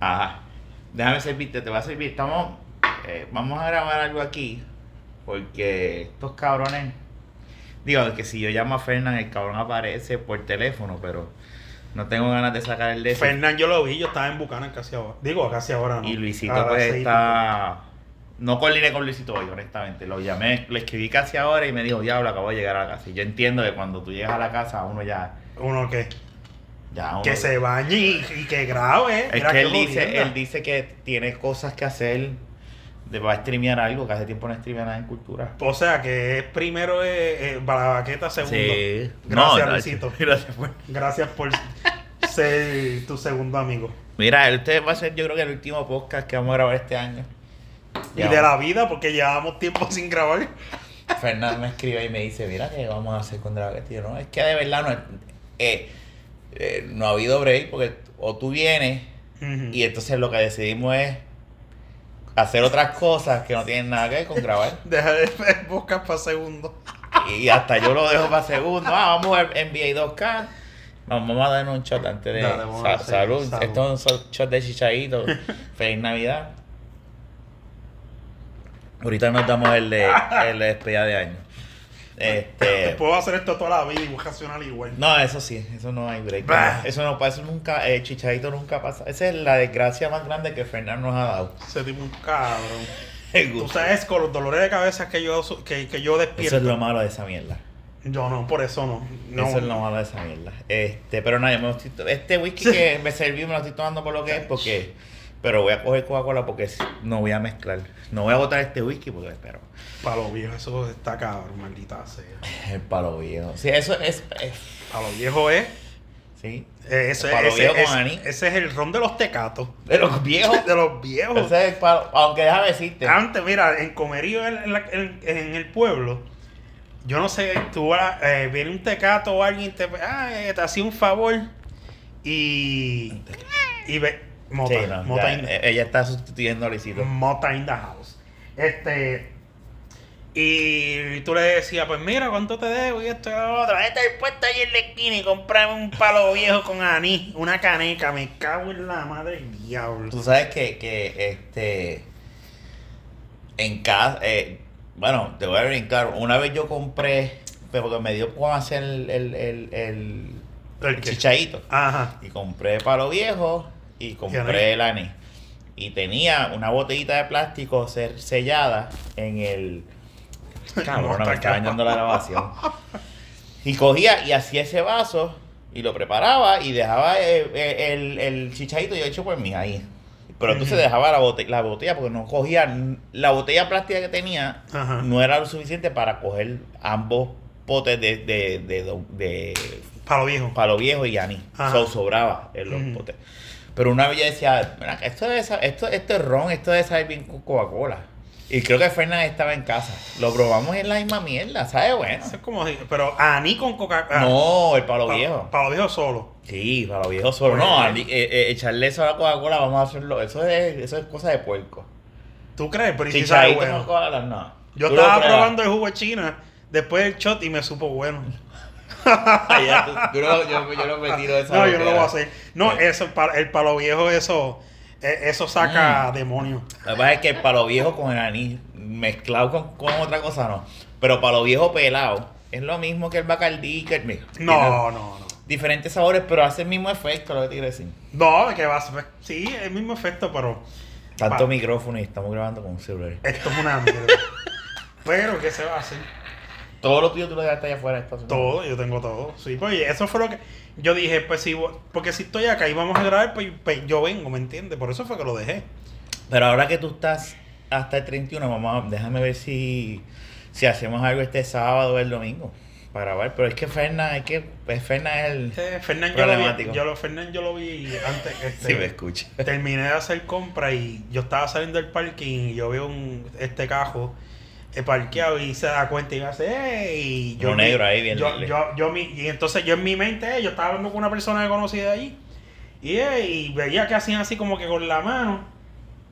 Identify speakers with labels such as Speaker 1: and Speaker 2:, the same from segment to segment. Speaker 1: Ajá. Déjame servirte, te va a servir. Estamos, eh, vamos a grabar algo aquí. Porque estos cabrones. Digo, que si yo llamo a Fernán, el cabrón aparece por teléfono, pero no tengo ganas de sacar el de ese.
Speaker 2: Fernán, yo lo vi, yo estaba en Bucanan casi ahora. Digo, casi ahora no.
Speaker 1: Y Luisito
Speaker 2: A las
Speaker 1: pues
Speaker 2: seis y
Speaker 1: está... No coordiné con Luisito hoy, honestamente. Lo llamé, le escribí casi ahora y me dijo, diablo, acabo de llegar a la casa. Y yo entiendo que cuando tú llegas a la casa, uno ya...
Speaker 2: pico. Uno que,
Speaker 1: ya uno-
Speaker 2: que se bañe y, y que grabe. ¿eh?
Speaker 1: Es que
Speaker 2: Mira qué
Speaker 1: él dice,
Speaker 2: jodienda.
Speaker 1: él dice que tiene cosas que hacer, de, va a streamear algo, que hace tiempo no streamea nada en cultura.
Speaker 2: O sea, que es primero eh, eh, Balabaqueta, segundo. Gracias,
Speaker 1: No,
Speaker 2: Luisito.
Speaker 1: gracias por-
Speaker 2: Gracias por ser tu segundo amigo.
Speaker 1: Mira, este va a ser yo creo que el último podcast que vamos a grabar este año.
Speaker 2: Y de la vida, porque llevábamos tiempo sin grabar.
Speaker 1: Fernando me escribe y me dice, mira, ¿qué vamos a hacer con Dragonetti? Yo, No, es que de verdad no, eh, eh, no ha habido break porque o tú vienes y entonces lo que decidimos es hacer otras cosas que no tienen nada que ver con grabar.
Speaker 2: Deja de ver podcast para segundo.
Speaker 1: Y hasta yo lo dejo para segundo. Ah, vamos a ver NBA 2K. Vamos, vamos a darnos un shot antes de...
Speaker 2: Dale, vamos
Speaker 1: sa-
Speaker 2: a hacer-
Speaker 1: salud.
Speaker 2: salud.
Speaker 1: Esto es un so- shot de chichadito. Feliz Navidad. Ahorita nos damos el de, el de despedida de año. Este...
Speaker 2: Puedo hacer esto toda la vida y voy a reaccionar igual.
Speaker 1: No, eso sí, eso no hay break.
Speaker 2: Bah.
Speaker 1: Eso no pasa, eso nunca, eh, Chichadito nunca pasa. Esa es la desgracia más grande que Fernán nos ha dado.
Speaker 2: Ese tipo es un cabrón.
Speaker 1: El
Speaker 2: Tú
Speaker 1: gusto.
Speaker 2: sabes con los dolores de cabeza que yo, su- que, que yo
Speaker 1: Eso
Speaker 2: despierto.
Speaker 1: es lo malo de esa mierda.
Speaker 2: Yo no, por eso no. no.
Speaker 1: Eso es lo malo de esa mierda. Este, pero nada, yo me lo estoy to- este whisky
Speaker 2: Sí.
Speaker 1: que me serví me lo estoy tomando por lo que es, porque. Pero voy a coger Coca-Cola porque s- no voy a mezclar. No voy a botar este whisky porque espero.
Speaker 2: Para los viejos, eso está cabrón, maldita sea.
Speaker 1: El palo viejo. Sí, eso es. es-
Speaker 2: Para los viejos es.
Speaker 1: sí.
Speaker 2: eh, Ese,
Speaker 1: Para los
Speaker 2: ese-
Speaker 1: viejos con
Speaker 2: ese-
Speaker 1: anís.
Speaker 2: ese es el ron de los tecatos.
Speaker 1: De los viejos.
Speaker 2: De los viejos.
Speaker 1: Ese es el palo. Aunque déjame decirte.
Speaker 2: Antes, mira, en Comerío, en, la- en- en el pueblo, yo no sé, tú ah, eh, viene un tecato o alguien te, ah, eh, te hacía un favor y. Y ve. Mota,
Speaker 1: Sí, no,
Speaker 2: mota,
Speaker 1: ya,
Speaker 2: in,
Speaker 1: eh, ella está sustituyendo a Luisito.
Speaker 2: mota in the house. Este. Y tú le decías, pues mira, ¿cuánto te debo? Y esto y lo otro. Este es el puesto ahí en la esquina y comprame un palo viejo con anís, una caneca. Me cago en la madre del diablo.
Speaker 1: Tú sabes que, que este. En casa. bueno, te voy a brincar. Una vez yo compré. Pero porque me dio con hacer el, el, el, el-
Speaker 2: ¿El
Speaker 1: el
Speaker 2: qué?
Speaker 1: chichaíto.
Speaker 2: Ajá.
Speaker 1: Y compré palo viejo. Y compré el anís. Y tenía una botellita de plástico ser- sellada en el. Cabrón,
Speaker 2: Mota,
Speaker 1: me está dañando la grabación. Y cogía y hacía ese vaso y lo preparaba y dejaba el, el, el chichadito yo hecho por mí ahí. Pero entonces
Speaker 2: Ujú.
Speaker 1: dejaba la botella, la botella porque no cogía. La botella plástica que tenía
Speaker 2: Ajá.
Speaker 1: no era lo suficiente para coger ambos potes de, de, de, de- de
Speaker 2: Palo viejo.
Speaker 1: palo viejo y anís.
Speaker 2: Ajá.
Speaker 1: So, sobraba en los
Speaker 2: Ujú.
Speaker 1: potes. Pero una vez yo decía, "Mira, esto, debe sa- esto, esto es ron, esto debe saber bien con Coca-Cola. Y creo que Fernández estaba en casa. Lo probamos en la misma mierda, ¿sabes? Bueno.
Speaker 2: Eso es como así, pero aní con coca ah,
Speaker 1: No, el palo
Speaker 2: pa-
Speaker 1: viejo.
Speaker 2: Palo viejo solo.
Speaker 1: Sí, para los viejos solo.
Speaker 2: Bueno.
Speaker 1: No, ali- eh, eh, echarle eso a la Coca-Cola, vamos a hacerlo. Eso es, eso es cosa de puerco.
Speaker 2: ¿Tú crees? Pero y si sabe
Speaker 1: Chichadito con
Speaker 2: bueno.
Speaker 1: Coca-Cola, no.
Speaker 2: Yo
Speaker 1: Tú lo
Speaker 2: estaba
Speaker 1: pruebas.
Speaker 2: probando el jugo de China después del shot y me supo bueno.
Speaker 1: Ay, ya, tú- tú lo- yo, yo lo metí de esa
Speaker 2: no, yo no lo voy
Speaker 1: botella.
Speaker 2: a hacer. No,
Speaker 1: Sí.
Speaker 2: eso, pa- el palo viejo, eso, eh, eso
Speaker 1: Mm.
Speaker 2: saca demonios.
Speaker 1: Lo que pasa es que para los viejos con el anís, mezclado con, con otra cosa, no. Pero para los viejos pelado, es lo mismo que el bacardí, que el mira, tiene
Speaker 2: No, no, no.
Speaker 1: Diferentes sabores, pero hace el mismo efecto, lo que te quiero decir.
Speaker 2: No, que va a ser. Sí, el mismo efecto, pero
Speaker 1: Tanto
Speaker 2: Pa-
Speaker 1: micrófono y estamos grabando con un celular.
Speaker 2: esto es una mierda. pero, ¿qué se va a hacer?
Speaker 1: Todo lo tuyo tú lo dejaste allá afuera. esto.
Speaker 2: Todo, yo tengo todo. Sí, pues y eso fue lo que yo dije, pues si vo- porque si estoy acá y vamos a grabar, pues, pues, yo vengo, ¿me entiendes? Por eso fue que lo dejé.
Speaker 1: Pero ahora que tú estás hasta el 31, vamos a- déjame ver si, si hacemos algo este sábado o el domingo para ver. Pero es que Fernan, es que pues, Fernan es el...
Speaker 2: Eh, Fernán, yo lo vi,
Speaker 1: Problemático. pues,
Speaker 2: yo lo, Fernán, yo lo vi antes. Este,
Speaker 1: Si me escucha.
Speaker 2: terminé de hacer compra y yo estaba saliendo del parking y yo veo un este cajo eh, parqueado y se da cuenta y me hace "Ey", y yo
Speaker 1: Uno
Speaker 2: mi-
Speaker 1: negro ahí, bien
Speaker 2: yo,
Speaker 1: dale.
Speaker 2: yo, yo mi- y entonces yo en mi mente eh, yo estaba hablando con una persona que conocía de allí y, eh, y veía que hacían así como que con la mano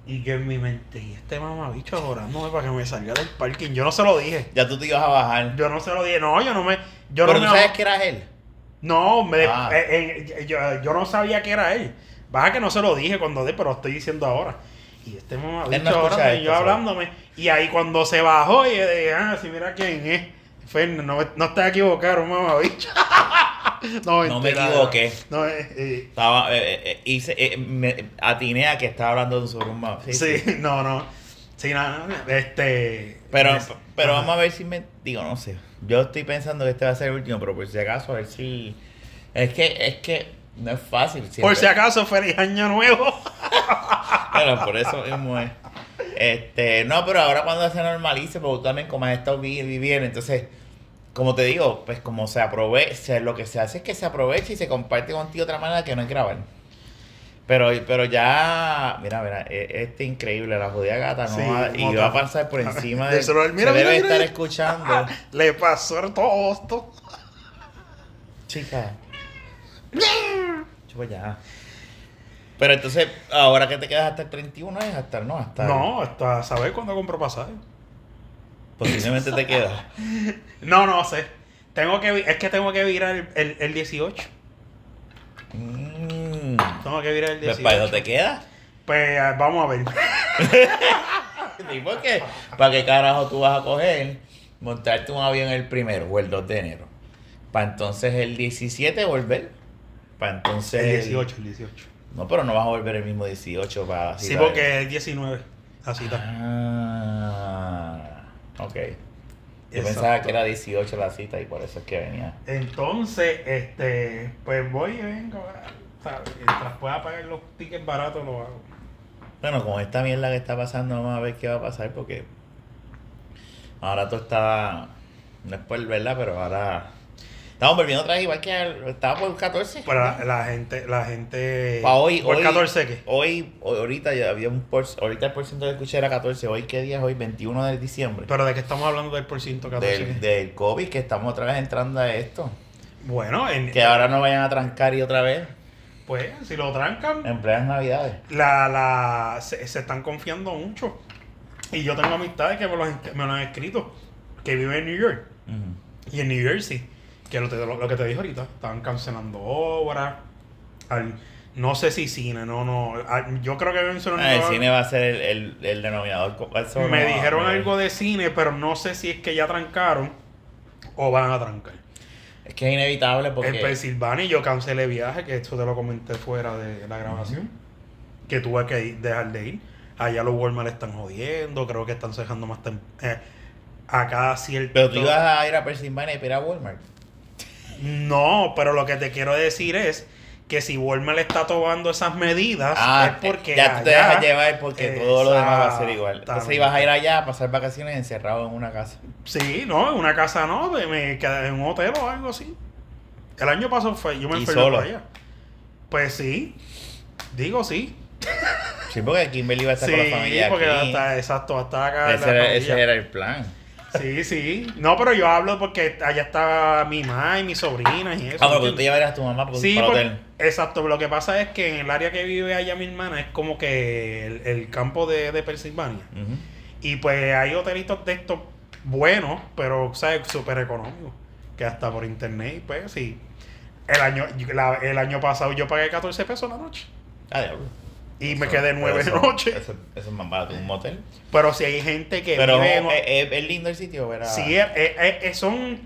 Speaker 2: y yo en mi mente y este mamabicho orándome para que me salga del parking yo no se lo dije
Speaker 1: Ya tú te ibas a bajar.
Speaker 2: yo no se lo dije no yo no me yo
Speaker 1: pero
Speaker 2: no
Speaker 1: tú
Speaker 2: me
Speaker 1: sabes que era él.
Speaker 2: No, me,
Speaker 1: Ah.
Speaker 2: eh, eh, yo, yo no sabía que era él. Baja que no se lo dije cuando de, pero lo estoy diciendo ahora. Y este mamá
Speaker 1: Él no
Speaker 2: ahora
Speaker 1: escucha
Speaker 2: me-
Speaker 1: esto,
Speaker 2: yo
Speaker 1: ¿sabes?
Speaker 2: hablándome. Y ahí cuando se bajó, y yo dije, ah, sí, mira quién es. Fern, no, no te equivocaron, mamá, bicho. no,
Speaker 1: No me
Speaker 2: mentira, no.
Speaker 1: equivoqué.
Speaker 2: No, eh, eh,
Speaker 1: Estaba, eh, eh, eh, hice, eh, me atiné a que estaba hablando de un surumba.
Speaker 2: sí, no, no. Sí, nada, este.
Speaker 1: Pero,
Speaker 2: es-
Speaker 1: pero
Speaker 2: ajá.
Speaker 1: vamos a ver si me. Digo, no sé. Yo estoy pensando que este va a ser el último, pero por si acaso, a ver si. Es que, es que no es fácil. siempre.
Speaker 2: Por si acaso, feliz año nuevo.
Speaker 1: Claro, por eso mismo es. Este, no, pero ahora cuando se normalice, porque tú también como has estado vi- viviendo, entonces, como te digo, pues como se aprovecha, lo que se hace es que se aprovecha y se comparte contigo de otra manera que no es grabar. Pero, pero ya, mira, mira, e- este increíble, la jodida gata no
Speaker 2: Sí,
Speaker 1: va- y
Speaker 2: mota.
Speaker 1: va a pasar por encima
Speaker 2: Del
Speaker 1: de
Speaker 2: celular. Mira,
Speaker 1: se
Speaker 2: mira,
Speaker 1: debe
Speaker 2: mira,
Speaker 1: estar
Speaker 2: mira.
Speaker 1: escuchando.
Speaker 2: Le pasó todo esto.
Speaker 1: Chica. Chupa ya. Pero entonces, ahora que te quedas hasta el 31 es hasta, no, hasta
Speaker 2: No, hasta saber cuándo compro pasaje.
Speaker 1: posiblemente te quedas.
Speaker 2: No, no sé. Tengo que, vi- es que tengo que virar el, el, el 18.
Speaker 1: Mm.
Speaker 2: Tengo que virar el
Speaker 1: Pues
Speaker 2: 18.
Speaker 1: para eso te quedas.
Speaker 2: Pues, ah, vamos a ver.
Speaker 1: ¿Y por qué? ¿Para qué carajo tú vas a coger, montarte un avión el primero o el 2 de enero? Para entonces el 17 volver. Para entonces.
Speaker 2: El 18, el 18.
Speaker 1: No, pero no vas a volver el mismo 18 para. la
Speaker 2: Sí,
Speaker 1: ciudad de-
Speaker 2: porque el 19. Así está.
Speaker 1: Ah, ok. Yo
Speaker 2: Exacto.
Speaker 1: pensaba que era 18 la cita y por eso es que venía.
Speaker 2: Entonces, este, pues voy y vengo. ¿sabes? Mientras pueda pagar los tickets baratos, lo hago.
Speaker 1: Bueno, con esta mierda que está pasando, vamos a ver qué va a pasar porque ahora todo está. No es por verla, pero ahora. Estamos volviendo otra vez, igual que al- estaba por 14.
Speaker 2: Pero la, la gente, la gente.
Speaker 1: Pa' hoy,
Speaker 2: por
Speaker 1: hoy-
Speaker 2: 14 que.
Speaker 1: Hoy, hoy- ahorita ya había un por, ahorita el porcentaje que escuché era 14. Hoy, ¿qué día es hoy? 21 de diciembre.
Speaker 2: Pero de que estamos hablando del por ciento 14
Speaker 1: Del,
Speaker 2: que.
Speaker 1: del COVID, que estamos otra vez entrando a esto.
Speaker 2: Bueno, en-
Speaker 1: Que ahora no vayan a trancar y otra vez.
Speaker 2: pues si lo trancan,
Speaker 1: En plenas navidades.
Speaker 2: la, la, se, se están confiando mucho. Y yo tengo amistades que me lo, han- me lo han escrito, que viven en New York
Speaker 1: Ujú.
Speaker 2: y en New Jersey, que lo, te- lo- lo que te dije ahorita, están cancelando obras. al- no sé si cine, no, no. al- yo creo que mencionaron
Speaker 1: Ah, el
Speaker 2: algo-
Speaker 1: cine va a ser el, el, el denominador. co- eso
Speaker 2: me
Speaker 1: no-
Speaker 2: dijeron
Speaker 1: me-
Speaker 2: algo de cine, pero no sé si es que ya trancaron o van a trancar.
Speaker 1: Es que es inevitable porque.
Speaker 2: En Pensilvania yo cancelé viaje, que esto te lo comenté fuera de la grabación. Que tuve que ir- dejar de ir. Allá los Walmart están jodiendo, creo que están cerrando más temprano. a cada cierto.
Speaker 1: Pero tú ibas a ir a Pennsylvania y para a Walmart.
Speaker 2: No, pero lo que te quiero decir es que si Walmart está tomando esas medidas,
Speaker 1: Ah,
Speaker 2: es porque.
Speaker 1: ya tú te
Speaker 2: allá-
Speaker 1: dejas llevar porque todo lo demás va a ser igual. Entonces
Speaker 2: Exactamente.
Speaker 1: ibas a ir allá a pasar vacaciones encerrado en una casa.
Speaker 2: Sí, no, en una casa no, de- me quedé en un hotel o algo así. El año pasado fue, yo me
Speaker 1: Y
Speaker 2: enfermé
Speaker 1: solo.
Speaker 2: por allá. Pues sí, digo sí.
Speaker 1: Sí, porque Kimberly iba a estar
Speaker 2: Sí,
Speaker 1: con la familia.
Speaker 2: porque
Speaker 1: aquí.
Speaker 2: hasta, exacto, hasta acá.
Speaker 1: ese,
Speaker 2: la
Speaker 1: era,
Speaker 2: familia.
Speaker 1: ese era el plan.
Speaker 2: Sí, sí. No, pero yo hablo porque allá está mi mamá y mis sobrinas y eso.
Speaker 1: Ah, pero tú te
Speaker 2: ¿entiendes?
Speaker 1: llevarías a tu mamá por,
Speaker 2: Sí,
Speaker 1: para el
Speaker 2: porque-
Speaker 1: hotel.
Speaker 2: exacto. Lo que pasa es que en el área que vive allá mi hermana es como que el, el campo de, de Pensilvania.
Speaker 1: Ujú.
Speaker 2: Y pues hay hotelitos de estos buenos, pero, ¿sabes? Súper económicos. Que hasta por internet, y pues sí. El año, la- el año pasado yo pagué 14 pesos la noche.
Speaker 1: Ah, diablo.
Speaker 2: Y me
Speaker 1: Eso-
Speaker 2: quedé nueve
Speaker 1: eso-
Speaker 2: noches.
Speaker 1: Eso, eso es más barato, un motel.
Speaker 2: Pero si hay gente que
Speaker 1: Pero
Speaker 2: vive
Speaker 1: eh,
Speaker 2: en-
Speaker 1: eh, es, lindo el sitio, ¿verdad?
Speaker 2: Sí, eh, eh, eh, son.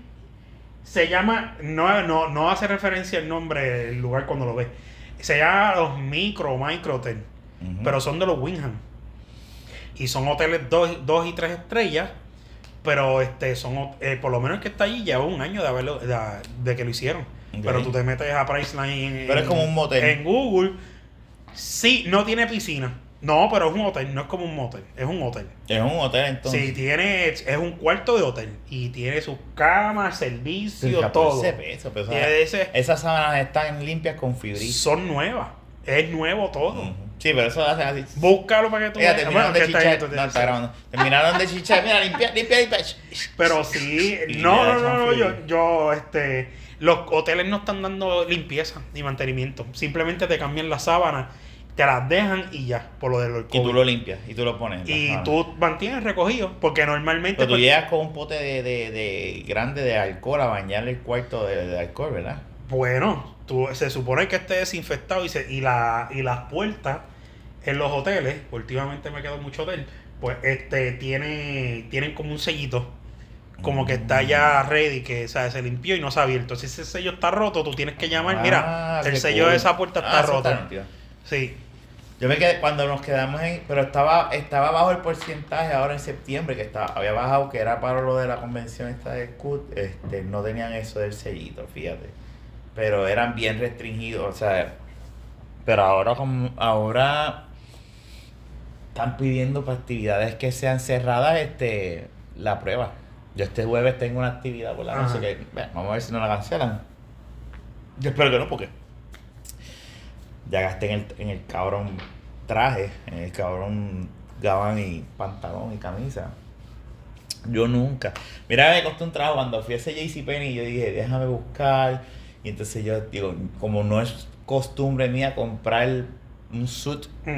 Speaker 2: Se llama. No, no, no hace referencia el nombre del lugar cuando lo ves. Se llama los micro, micro hotel.
Speaker 1: Ujú.
Speaker 2: Pero son de los Winham. Y son hoteles 2 y 3 estrellas. Pero este son hot- eh, por lo menos el que está allí lleva un año de haberlo de, de que lo hicieron.
Speaker 1: Ok.
Speaker 2: Pero tú te metes a Priceline en,
Speaker 1: Pero es como un motel.
Speaker 2: en Google. Sí, no tiene piscina. No, pero es un hotel, no es como un motel, es un hotel.
Speaker 1: Es un hotel entonces.
Speaker 2: Sí, tiene, es un cuarto de hotel y tiene sus camas, servicio,
Speaker 1: Sí,
Speaker 2: todo.
Speaker 1: 14 pesos, pero, o sea,
Speaker 2: Tiene ese-
Speaker 1: esas sábanas están limpias con fibrita.
Speaker 2: son nuevas, es nuevo todo.
Speaker 1: Ujú. Sí, pero eso lo hacen así.
Speaker 2: Búscalo para que tú
Speaker 1: Mira,
Speaker 2: veas.
Speaker 1: terminaron
Speaker 2: Bueno,
Speaker 1: Mm. de
Speaker 2: que está ahí,
Speaker 1: chichar.
Speaker 2: tú
Speaker 1: No,
Speaker 2: tienes-
Speaker 1: está grabando. Terminaron de chichar. Mira, limpia, limpia, limpia.
Speaker 2: Pero sí,
Speaker 1: Y
Speaker 2: no,
Speaker 1: le
Speaker 2: no, no,
Speaker 1: echan
Speaker 2: no,
Speaker 1: fibra.
Speaker 2: yo, yo, este, los hoteles no están dando limpieza ni mantenimiento. Simplemente te cambian las sábanas, te las dejan y ya, por lo del
Speaker 1: Y tú
Speaker 2: COVID.
Speaker 1: lo limpias y tú lo pones. en la
Speaker 2: Y
Speaker 1: sábana.
Speaker 2: tú mantienes recogido, porque normalmente...
Speaker 1: Pero tú
Speaker 2: pues,
Speaker 1: llegas con un pote de, de, de grande de alcohol a bañarle el cuarto de, de alcohol, ¿verdad?
Speaker 2: Bueno, tú, se supone que esté desinfectado y, se, y, la, y las puertas en los hoteles, últimamente me quedo en mucho hotel, pues este tiene, tienen como un sellito, como que está
Speaker 1: Mm.
Speaker 2: ya ready, que ¿sabes? se limpió y no se ha abierto. Si ese sello está roto, tú tienes que llamar, mira,
Speaker 1: Ah,
Speaker 2: el
Speaker 1: qué
Speaker 2: sello
Speaker 1: cool.
Speaker 2: de esa puerta está
Speaker 1: Ah, eso
Speaker 2: roto.
Speaker 1: nítido.
Speaker 2: sí.
Speaker 1: Yo me quedé, cuando nos quedamos ahí, pero estaba, estaba bajo el porcentaje ahora en septiembre, que estaba, había bajado, que era para lo de la convención esta de CUT, este, no tenían eso del sellito, fíjate. Pero eran bien restringidos, o sea, pero ahora como, ahora están pidiendo para actividades que sean cerradas, este, la prueba. Yo este jueves tengo una actividad por la noche
Speaker 2: Ajá.
Speaker 1: que, bueno, vamos a ver si no la cancelan. Yo espero que no, porque ya gasté en el, en el cabrón traje, en el cabrón gabán y pantalón y camisa. Yo nunca. Mira, me costó un trabajo cuando fui a ese JCPenney yo dije, déjame buscar. Y entonces yo digo, como no es costumbre mía comprar un suit,
Speaker 2: Ujú.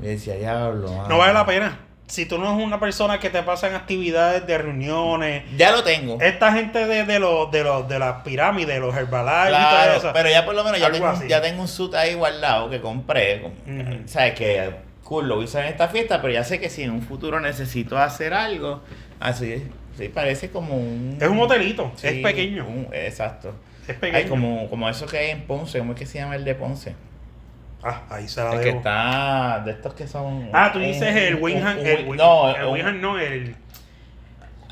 Speaker 1: me decía, diablo. mano".
Speaker 2: No vale la pena. Si tú no eres una persona que te pasan actividades de reuniones,
Speaker 1: Ya lo tengo.
Speaker 2: esta gente de, de los de los de las pirámides, de los Herbalife y todo
Speaker 1: Claro,
Speaker 2: eso.
Speaker 1: pero ya por lo menos ya
Speaker 2: Algo
Speaker 1: tengo,
Speaker 2: así.
Speaker 1: ya tengo un suit ahí guardado que compré. con-
Speaker 2: Ujú.
Speaker 1: Sabes que cool, lo voy a usar en esta fiesta, pero ya sé que si en un futuro necesito hacer algo, así es. Sí, parece como un.
Speaker 2: Es un hotelito,
Speaker 1: Mm. sí,
Speaker 2: es pequeño.
Speaker 1: un- exacto.
Speaker 2: es pequeño.
Speaker 1: Hay como, como eso que hay en Ponce, ¿cómo es que se llama el de Ponce?
Speaker 2: Ah, ahí se la
Speaker 1: El
Speaker 2: debo.
Speaker 1: que está. De estos que son.
Speaker 2: Ah, tú
Speaker 1: un-
Speaker 2: dices el
Speaker 1: un-
Speaker 2: Winham.
Speaker 1: un-
Speaker 2: El,
Speaker 1: no,
Speaker 2: el
Speaker 1: un-
Speaker 2: Winham no, el.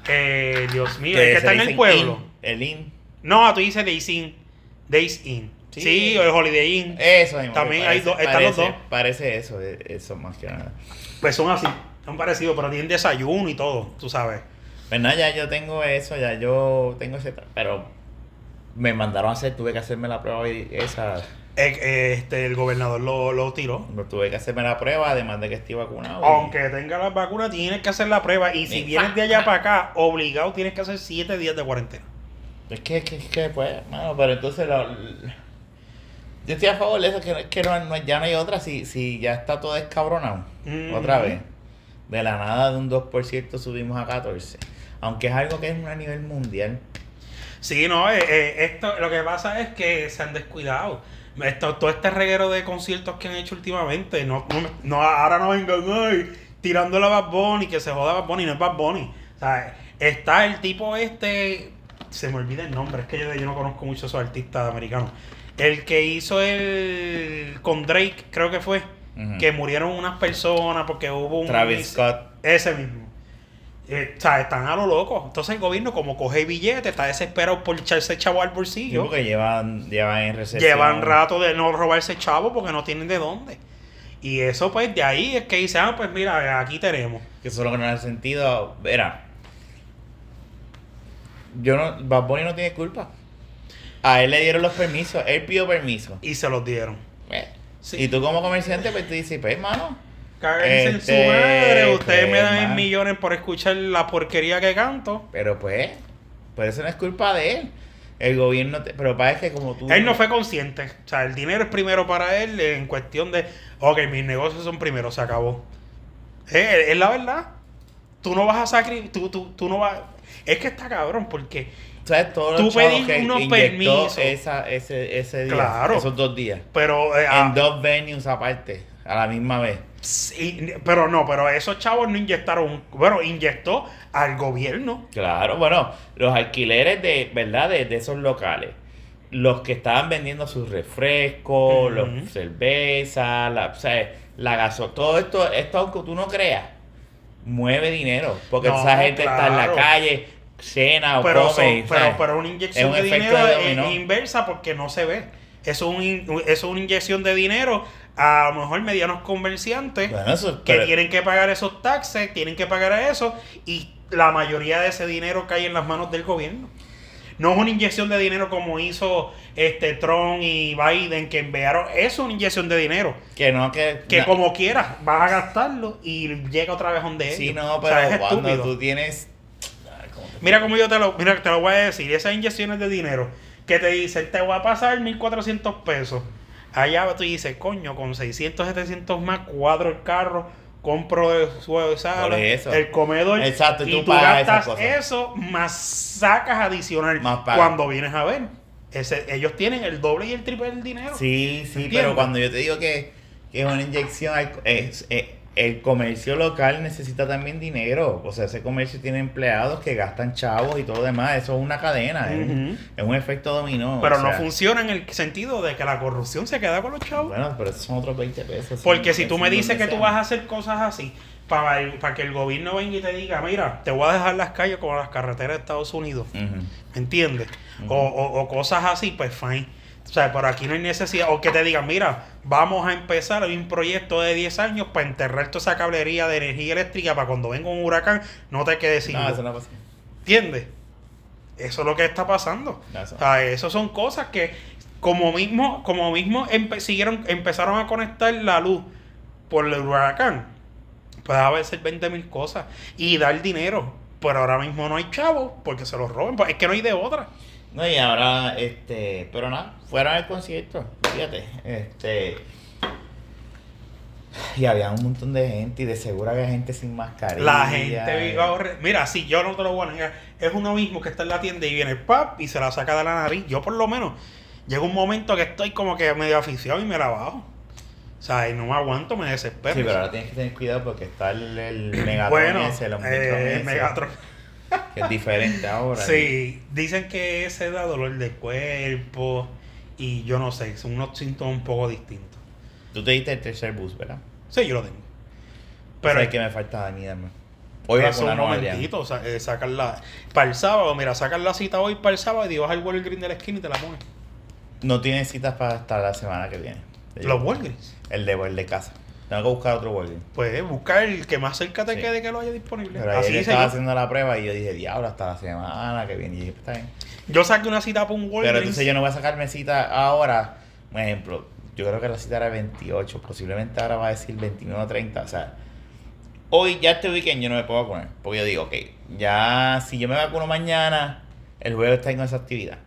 Speaker 2: eh, Dios mío,
Speaker 1: que
Speaker 2: el que
Speaker 1: se
Speaker 2: está en el
Speaker 1: dicen
Speaker 2: pueblo.
Speaker 1: Inn, el IN.
Speaker 2: No, tú dices Days Inn. Days Inn. Sí,
Speaker 1: Sí.
Speaker 2: o el Holiday Inn.
Speaker 1: Eso mismo. que
Speaker 2: También hay dos- están los
Speaker 1: parece,
Speaker 2: dos.
Speaker 1: Parece eso, eh, eso más que nada.
Speaker 2: Pues son así, son parecidos, pero tienen desayuno y todo, tú sabes.
Speaker 1: Pues nada, ya yo tengo eso, ya yo tengo ese. tra- Pero me mandaron a hacer, tuve que hacerme la prueba y esa.
Speaker 2: Eh, eh, Este, el gobernador lo, lo tiró.
Speaker 1: Tuve que hacerme la prueba, además de que estoy vacunado. y-
Speaker 2: Aunque tenga las vacunas, tienes que hacer la prueba. Y si
Speaker 1: Exacto.
Speaker 2: vienes de allá para acá, obligado tienes que hacer 7 días de cuarentena.
Speaker 1: Es que, es que, es que, pues, mano, pero entonces lo- lo- Yo estoy a favor de eso, que, que no, no- ya no hay otra, si, si ya está todo descabronado,
Speaker 2: Ujú.
Speaker 1: otra vez. De la nada de un 2% subimos a 14. Aunque es algo que es a nivel mundial.
Speaker 2: Sí, no, eh, eh, esto, lo que pasa es que se han descuidado. Esto, todo este reguero de conciertos que han hecho últimamente, no, no, me- no, ahora no vengan ay, tirando la Bad Bunny, que se joda Bad Bunny, no es Bad Bunny. O sea, está el tipo este, se me olvida el nombre, es que yo, yo no conozco mucho a esos artistas americanos. El que hizo el con Drake, creo que fue,
Speaker 1: Ujú.
Speaker 2: que murieron unas personas porque hubo un...
Speaker 1: Travis Scott.
Speaker 2: Ese mismo. Eh, o sea, están a lo loco. Entonces el gobierno, como coge billetes, está desesperado por echarse chavo al
Speaker 1: Yo
Speaker 2: bolsillo.
Speaker 1: que llevan, llevan en recesión.
Speaker 2: Llevan rato de no robarse chavo porque no tienen de dónde. Y eso, pues, de ahí es que dicen, ah, pues mira, aquí tenemos.
Speaker 1: Que solo que no hace sentido. Verá. Yo no. Bad Bunny no tiene culpa. A él le dieron los permisos. Él pidió permiso.
Speaker 2: Y se los dieron.
Speaker 1: Eh,
Speaker 2: Sí.
Speaker 1: Y tú como comerciante, pues tú dices, pues, hermano.
Speaker 2: Cáguense en
Speaker 1: Este,
Speaker 2: su madre. Ustedes
Speaker 1: pues,
Speaker 2: me dan
Speaker 1: man.
Speaker 2: millones por escuchar la porquería que canto.
Speaker 1: Pero pues. Pero eso no es culpa de él. El gobierno. te- pero parece que como tú.
Speaker 2: Él no fue consciente. O sea, el dinero es primero para él en cuestión de, ok, mis negocios son primero, se acabó. Eh, Es, la verdad. Tú no vas a sacrificar, tú, tú, tú no vas... Es que está cabrón porque,
Speaker 1: ¿Sabes? Todos los
Speaker 2: Tú
Speaker 1: chavos
Speaker 2: pedís
Speaker 1: que
Speaker 2: unos
Speaker 1: inyectó
Speaker 2: permisos.
Speaker 1: esa- ese, ese día.
Speaker 2: Claro.
Speaker 1: Esos dos días.
Speaker 2: pero... eh, ah,
Speaker 1: En dos venues aparte. A la misma vez.
Speaker 2: sí, pero no, pero esos chavos no inyectaron, bueno, inyectó al gobierno.
Speaker 1: Claro, bueno, los alquileres de, ¿verdad? De, de esos locales. Los que estaban vendiendo sus refrescos,
Speaker 2: Ujú.
Speaker 1: los cervezas, la, o sea, la gaso, todo esto, esto aunque tú no creas, mueve dinero. Porque
Speaker 2: No,
Speaker 1: esa gente está en
Speaker 2: claro.
Speaker 1: la calle, cena Ah, o
Speaker 2: Pero, son-
Speaker 1: come.
Speaker 2: pero,
Speaker 1: ¿sabes?
Speaker 2: pero una inyección
Speaker 1: un
Speaker 2: de
Speaker 1: efecto
Speaker 2: dinero
Speaker 1: de
Speaker 2: eh,
Speaker 1: dominó.
Speaker 2: inversa porque no se ve. Eso es, un in- eso es una inyección de dinero a lo mejor medianos comerciantes.
Speaker 1: Bueno, eso-
Speaker 2: que
Speaker 1: pero-
Speaker 2: tienen que pagar esos taxes, tienen que pagar a eso y la mayoría de ese dinero cae en las manos del gobierno. No es una inyección de dinero como hizo este Trump y Biden que enviaron, es una inyección de dinero
Speaker 1: que no, que,
Speaker 2: que
Speaker 1: na-
Speaker 2: como quieras vas a gastarlo y llega otra vez donde
Speaker 1: Sí,
Speaker 2: ellos.
Speaker 1: no,
Speaker 2: O sea,
Speaker 1: pero
Speaker 2: es
Speaker 1: cuando
Speaker 2: estúpido.
Speaker 1: tú tienes. Ay, ¿cómo te-
Speaker 2: Mira como yo te lo, mira, te lo voy a decir, esas inyecciones de dinero que te dicen, te voy a pasar 1400 pesos. Allá tú dices, coño, con 600, 700 más, cuadro el carro, compro el suelo de sala,
Speaker 1: Por eso.
Speaker 2: el comedor.
Speaker 1: Exacto, y
Speaker 2: y
Speaker 1: tú
Speaker 2: tú
Speaker 1: pagas esas
Speaker 2: gastas
Speaker 1: cosas.
Speaker 2: eso, más sacas adicional
Speaker 1: Más pagas.
Speaker 2: cuando vienes a ver. Ese, ellos tienen el doble y el triple del dinero.
Speaker 1: Sí, sí,
Speaker 2: Entiendo.
Speaker 1: pero cuando yo te digo que, que es una inyección, al- es- eh, el comercio local necesita también dinero. O sea, ese comercio tiene empleados que gastan chavos y todo demás. Eso es una cadena, es, un,
Speaker 2: Ujú.
Speaker 1: es un efecto dominó.
Speaker 2: Pero
Speaker 1: eh. o
Speaker 2: no
Speaker 1: sea,
Speaker 2: funciona en el sentido de que la corrupción se queda con los chavos.
Speaker 1: Bueno, pero esos son otros 20 pesos.
Speaker 2: Porque
Speaker 1: sí,
Speaker 2: si tú
Speaker 1: sí,
Speaker 2: me dices
Speaker 1: donde
Speaker 2: que tú
Speaker 1: sea.
Speaker 2: vas a hacer cosas así para, el- para que el gobierno venga y te diga, mira, te voy a dejar las calles como las carreteras de Estados Unidos,
Speaker 1: Ujú.
Speaker 2: ¿me entiendes? O- o, o cosas así, pues fine. O sea, por aquí no hay necesidad. O que te digan, mira, vamos a empezar hay un proyecto de 10 años para enterrar toda esa cablería de energía eléctrica para cuando venga un huracán no te quedes sin
Speaker 1: No,
Speaker 2: luz".
Speaker 1: eso no pasa.
Speaker 2: ¿Entiendes? Eso es lo que está pasando.
Speaker 1: No, eso-
Speaker 2: O sea, eso son cosas que como mismo, como mismo empe- siguieron- empezaron a conectar la luz por el huracán. Puede haber ser 20 mil cosas y dar dinero. Pero ahora mismo no hay chavos porque se los roben. Pues Es que no hay de otra.
Speaker 1: No, y ahora, este, pero nada, fueron al concierto, fíjate, este, y había un montón de gente, y de seguro había gente sin mascarilla.
Speaker 2: La gente
Speaker 1: eh.
Speaker 2: vive ahorre- Mira, si yo no te lo voy a negar, es uno mismo que está en la tienda y viene pap y se la saca de la nariz. Yo por lo menos llega un momento que estoy como que medio aficionado y me la bajo. O sea, y no me aguanto, me desespero.
Speaker 1: Sí, Pues, pero ahora tienes que tener cuidado porque está el, el Megatron
Speaker 2: bueno,
Speaker 1: ese, el Omnitron
Speaker 2: eh,
Speaker 1: ese,
Speaker 2: Megatron.
Speaker 1: que es diferente ahora.
Speaker 2: Sí, dicen que ese da dolor de cuerpo y yo no sé, son unos síntomas un poco distintos.
Speaker 1: Tú te diste el tercer bus, ¿verdad?
Speaker 2: Sí, yo lo tengo.
Speaker 1: Pero
Speaker 2: Pero
Speaker 1: es que me falta a mí, darme. Hoy va
Speaker 2: es un momentito, o sea, eh, sacan la... Para el sábado, mira, sacan la cita hoy para el sábado y vas al Walgreens de la esquina y te la pones.
Speaker 1: No tienes citas para hasta la semana que viene.
Speaker 2: Los Walgreens.
Speaker 1: El de, el de casa. Tengo que buscar otro Walgreens.
Speaker 2: Pues buscar el que más cerca te
Speaker 1: Sí.
Speaker 2: quede que lo haya disponible.
Speaker 1: Pero
Speaker 2: Así
Speaker 1: ayer
Speaker 2: hice
Speaker 1: estaba
Speaker 2: yo.
Speaker 1: haciendo la prueba y yo dije, diablo, hasta la semana que viene. Y dije, "Pues, está bien.
Speaker 2: Yo saqué una cita para un Walgreens.
Speaker 1: Pero entonces yo no voy a sacarme cita ahora. Un ejemplo, yo creo que la cita era 28, posiblemente ahora va a decir 29 o 30. O sea, hoy ya este weekend yo no me puedo poner. Porque yo digo, ok, ya si yo me vacuno mañana, el jueves tengo esa actividad.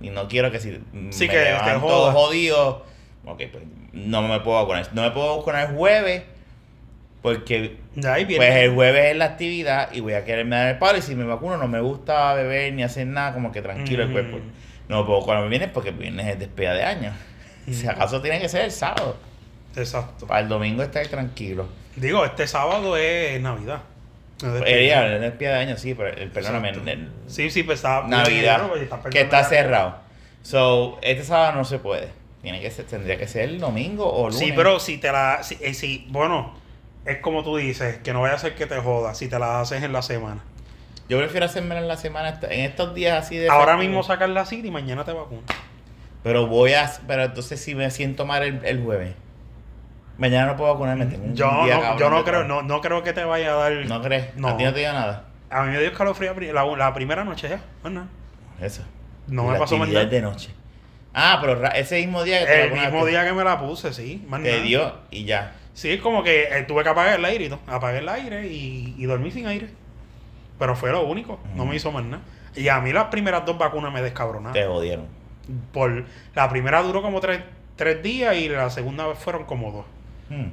Speaker 1: Y no quiero que si
Speaker 2: Sí,
Speaker 1: me
Speaker 2: que te
Speaker 1: levanto
Speaker 2: jodas.
Speaker 1: jodido, ok, pues no me puedo vacunar. No me puedo vacunar el jueves porque
Speaker 2: De ahí viene.
Speaker 1: pues el jueves es la actividad y voy a quererme dar el paro. Y si me vacuno, no me gusta beber ni hacer nada, como que tranquilo el
Speaker 2: Mm. Mm.
Speaker 1: cuerpo. No puedo cuando me vienes porque vienes es despedida de año. Si acaso tiene que ser el sábado. eh,
Speaker 2: Exacto.
Speaker 1: Para el domingo estar tranquilo.
Speaker 2: Digo, este sábado es Navidad. No este es
Speaker 1: El día de despedida de año, sí, pero el, perdóname, el- el-
Speaker 2: Sí, sí, pues está
Speaker 1: Navidad,
Speaker 2: Pero está
Speaker 1: que está
Speaker 2: perdonando.
Speaker 1: cerrado. So, este sábado no se puede. Tiene que ser, tendría que ser el domingo o lunes.
Speaker 2: Sí, pero si te la. Si, eh, si- bueno, es como tú dices, que no vaya a ser que te joda si te la haces en la semana.
Speaker 1: Yo prefiero hacérmela en la semana, esta- en estos días así de.
Speaker 2: Ahora
Speaker 1: festivo.
Speaker 2: mismo sacas la cita y mañana te vacunas.
Speaker 1: Pero voy a. Pero entonces si me siento mal el, el jueves. Mañana no puedo vacunarme. Tengo un
Speaker 2: Yo
Speaker 1: día
Speaker 2: no,
Speaker 1: cabrón
Speaker 2: yo no
Speaker 1: de
Speaker 2: creo,
Speaker 1: trabajo.
Speaker 2: no, no creo que te vaya a dar.
Speaker 1: ¿No crees?
Speaker 2: No.
Speaker 1: A ti no te digo nada.
Speaker 2: A mí me dio escalofrío la pri- la, la primera noche ya. Bueno,
Speaker 1: Eso.
Speaker 2: no
Speaker 1: Y
Speaker 2: me
Speaker 1: la
Speaker 2: pasó más
Speaker 1: actividad
Speaker 2: nada.
Speaker 1: de noche. Ah, pero ra- ese mismo día que te
Speaker 2: El
Speaker 1: vacunaste,
Speaker 2: mismo día que me la puse, sí. Más
Speaker 1: Te
Speaker 2: nada.
Speaker 1: dio y ya.
Speaker 2: Sí, es como que eh, tuve que apagar el aire y todo. Apagué el aire y, y dormí sin aire. Pero fue lo único, no
Speaker 1: Ujú.
Speaker 2: me hizo más nada. Y a mí las primeras dos vacunas me descabronaron.
Speaker 1: Mm. Te jodieron.
Speaker 2: Por, la primera duró como tres, tres días y la segunda vez fueron como dos.
Speaker 1: Hmm.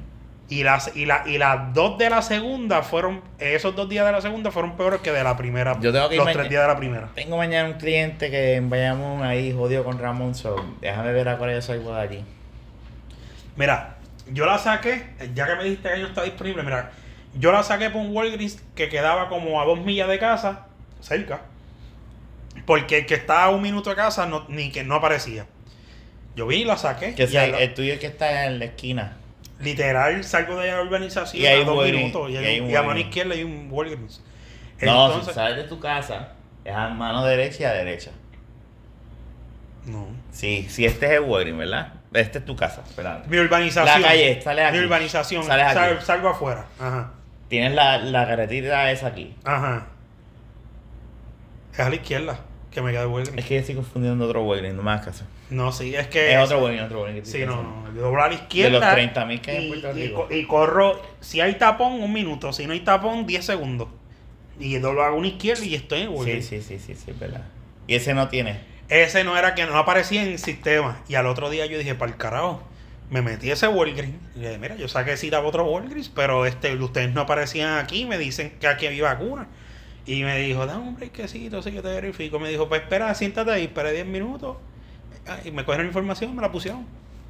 Speaker 2: Y las, y, la, y las dos de la segunda fueron, esos dos días de la segunda fueron peores que de la primera.
Speaker 1: Yo tengo que ir
Speaker 2: los
Speaker 1: maña-
Speaker 2: tres días de la primera.
Speaker 1: Tengo mañana un cliente que en Bayamón ahí jodido con Ramón. So, déjame ver a cuál yo salgo de allí.
Speaker 2: Mira, yo la saqué, ya que me dijiste que no está disponible, mira, yo la saqué por un Walgreens que quedaba como a dos millas de casa, cerca, porque el que está a un minuto de casa no, ni que no aparecía. Yo vi y la saqué.
Speaker 1: Que eh,
Speaker 2: y
Speaker 1: sea,
Speaker 2: al-
Speaker 1: el tuyo es que está en la esquina.
Speaker 2: Literal, salgo de la urbanización
Speaker 1: Y hay
Speaker 2: a
Speaker 1: un
Speaker 2: dos
Speaker 1: Walgreens,
Speaker 2: minutos y, hay
Speaker 1: y hay
Speaker 2: un-
Speaker 1: un
Speaker 2: y a mano
Speaker 1: Walgreens.
Speaker 2: izquierda hay un Walgreens.
Speaker 1: No, si
Speaker 2: Entonces,
Speaker 1: sales de tu casa, es a mano derecha y a derecha.
Speaker 2: no.
Speaker 1: Sí, sí, este es el Walgreens, ¿verdad? Este es tu casa, espérate.
Speaker 2: Mi urbanización.
Speaker 1: La calle, sales aquí.
Speaker 2: Mi urbanización.
Speaker 1: Sales aquí.
Speaker 2: sal- salgo afuera. Ajá.
Speaker 1: Tienes la, la carretera esa aquí.
Speaker 2: Ajá. Es a la izquierda que me queda Walgreens.
Speaker 1: Es que yo estoy confundiendo otro Walgreens, no me hagas caso.
Speaker 2: No, sí, es que.
Speaker 1: Es otro Walgreens, otro Walgreens. que estoy
Speaker 2: Sí, no,
Speaker 1: pensando.
Speaker 2: no. Yo doblo a la izquierda.
Speaker 1: De los 30.000 que hay en
Speaker 2: y-
Speaker 1: Puerto
Speaker 2: y
Speaker 1: Rico.
Speaker 2: co- Y, corro, si hay tapón, un minuto. Si no hay tapón, 10 segundos. Y doblo a una izquierda y estoy en
Speaker 1: Sí,
Speaker 2: Walgreens.
Speaker 1: sí, sí, sí, sí, es verdad. Y ese no tiene.
Speaker 2: Ese no era que no aparecía en el sistema. Y al otro día yo dije, para el carajo. Me metí a ese Walgreens. Y le dije, mira, yo saqué cita para otro Walgreens, pero este, ustedes no aparecían aquí. Me dicen que aquí había vacuna. Y me dijo, dame un breakcito, sí, yo te verifico. Me dijo, pues espera, siéntate ahí, espera 10 minutos. Ah, Y me cogieron la información, me la pusieron.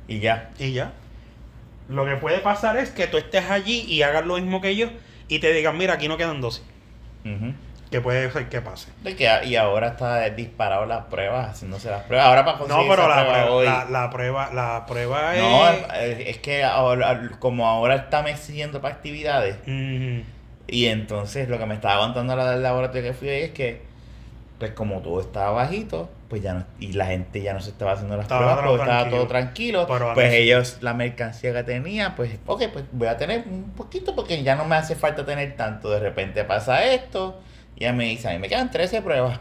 Speaker 1: Y ya.
Speaker 2: Y ya. Lo que puede pasar es que tú estés allí y hagas lo mismo que ellos y te digan, mira, aquí no quedan dosis.
Speaker 1: Ujú.
Speaker 2: Que puede ser que pase.
Speaker 1: De que a- y ahora está disparado las pruebas, haciéndose las pruebas. Ahora para
Speaker 2: No,
Speaker 1: conseguir
Speaker 2: pero
Speaker 1: esa
Speaker 2: la
Speaker 1: prueba
Speaker 2: prueba,
Speaker 1: hoy-
Speaker 2: la, la prueba, la prueba es...
Speaker 1: No, es, es que ahora, como ahora está me siguiendo para actividades,
Speaker 2: Ujú.
Speaker 1: y entonces lo que me estaba aguantando la del laboratorio que fui hoy es que, pues como todo estaba bajito, pues ya no, y la gente ya no se estaba haciendo las
Speaker 2: Estaba
Speaker 1: pruebas,
Speaker 2: todo
Speaker 1: porque estaba todo tranquilo,
Speaker 2: tranquilo. Pero a
Speaker 1: pues
Speaker 2: veces-
Speaker 1: ellos, la mercancía que tenía, pues, ok, pues voy a tener un poquito porque ya no me hace falta tener tanto. De repente pasa esto, y ella me dice, a mí me quedan 13 pruebas,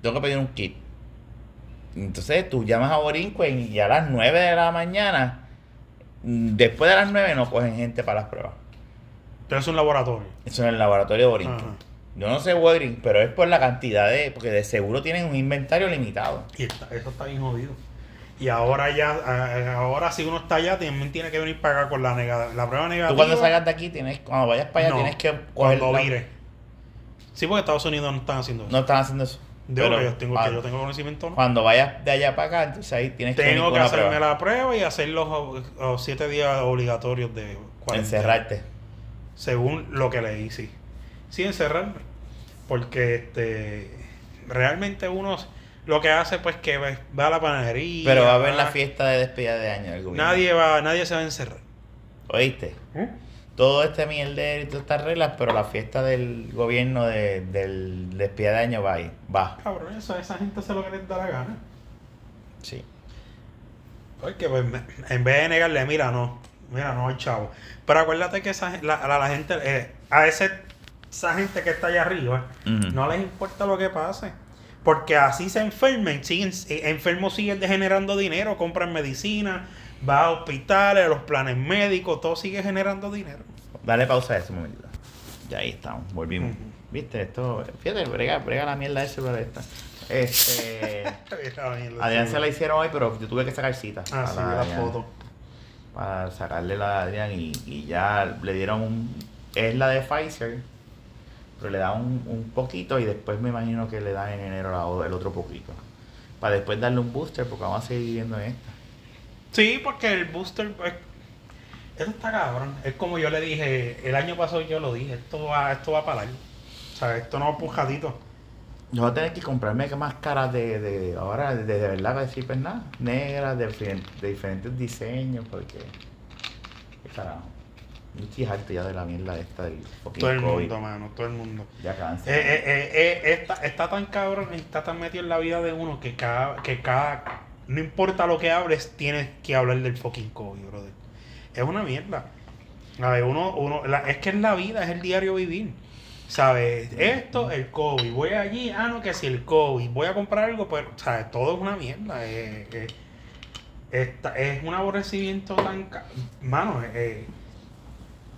Speaker 1: tengo que pedir un kit. Entonces tú llamas a Borinquen y ya a las 9 de la mañana, mm, después de las 9 no cogen gente para las pruebas.
Speaker 2: Pero es un laboratorio.
Speaker 1: Eso en el laboratorio de
Speaker 2: Ajá.
Speaker 1: Borinquen. Yo no sé Walgreens, pero es por la cantidad de... Porque de seguro tienen un inventario limitado.
Speaker 2: Y está- eso está bien jodido. Y ahora ya, a- ahora si uno está allá, también tiene que venir para acá con la, nega- la prueba negativa.
Speaker 1: Tú cuando salgas de aquí, tienes cuando vayas para allá,
Speaker 2: No,
Speaker 1: tienes que coger...
Speaker 2: Cuando
Speaker 1: la-
Speaker 2: vire. Sí, porque Estados Unidos no están haciendo eso.
Speaker 1: No están haciendo eso.
Speaker 2: Digo
Speaker 1: Pero
Speaker 2: que yo tengo,
Speaker 1: cuando,
Speaker 2: que yo tengo conocimiento, ¿no?
Speaker 1: cuando vayas de allá para acá, entonces ahí tienes que venir
Speaker 2: Tengo
Speaker 1: con
Speaker 2: que
Speaker 1: una
Speaker 2: hacerme
Speaker 1: prueba.
Speaker 2: la prueba y hacer los, ob- los siete días obligatorios de cuarentena.
Speaker 1: Encerrarte.
Speaker 2: Según lo que leí, sí. Sí, encerrarme. Porque este realmente uno lo que hace pues que va a la panadería.
Speaker 1: Pero va a haber
Speaker 2: va-
Speaker 1: la fiesta de despedida de año del gobierno.
Speaker 2: Nadie va, nadie se va a encerrar.
Speaker 1: ¿Oíste? Todo este mierdero y todas estas reglas, pero la fiesta del gobierno de, del despedida de año va ahí. Va.
Speaker 2: Cabrón, eso a esa gente se lo que les da la gana.
Speaker 1: Sí.
Speaker 2: Porque pues, me- en vez de negarle, mira, no, mira, no, chavo. Pero acuérdate que esa, gen- la, la, la gente, eh, a ese, esa gente que está allá arriba,
Speaker 1: Ujú.
Speaker 2: no les importa lo que pase. Porque así se enfermen, siguen, eh, enfermos siguen generando dinero, compran medicina, va a hospitales, a los planes médicos, todo sigue generando dinero.
Speaker 1: Dale pausa a ese momentito. Ya ahí estamos, volvimos.
Speaker 2: Ujú.
Speaker 1: Viste, esto. Fíjate, brega, brega la mierda del celular esta. Este. Adrián se la hicieron hoy, pero yo tuve que sacar cita.
Speaker 2: Ah, sí,
Speaker 1: para
Speaker 2: la
Speaker 1: Adrián,
Speaker 2: foto.
Speaker 1: Para sacarle la de Adrián y, y ya le dieron un. Es la de Pfizer, pero le dan un, un poquito y después me imagino que le dan en enero la o- el otro poquito. Para después darle un booster porque vamos a seguir viviendo en esta.
Speaker 2: Sí, porque el booster. eh, Eso está cabrón. Es como yo le dije, el año pasado yo lo dije, esto va, esto va para largo. O sea, esto no va pujadito.
Speaker 1: Yo voy a tener que comprarme máscaras de, de ahora, de, de verdad, para decir pues nada, negras, de, diferen- de diferentes diseños, porque. ¿Qué carajo? Yo estoy harto ya de la mierda esta del fucking
Speaker 2: Todo el
Speaker 1: COVID.
Speaker 2: mundo, mano, todo el mundo.
Speaker 1: Ya cansa.
Speaker 2: Eh, eh, eh, eh, está, está tan cabrón, está tan metido en la vida de uno que cada, que cada. No importa lo que hables, tienes que hablar del fucking COVID, brother. Es una mierda. A ver, uno, uno, la- es que es la vida, es el diario vivir. ¿Sabes? Esto, el COVID. Voy allí, ah, no, que si el COVID. Voy a comprar algo, pues, ¿sabes? Todo es una mierda. eh, eh. Esta- es un aborrecimiento tan. ca- Mano, eh,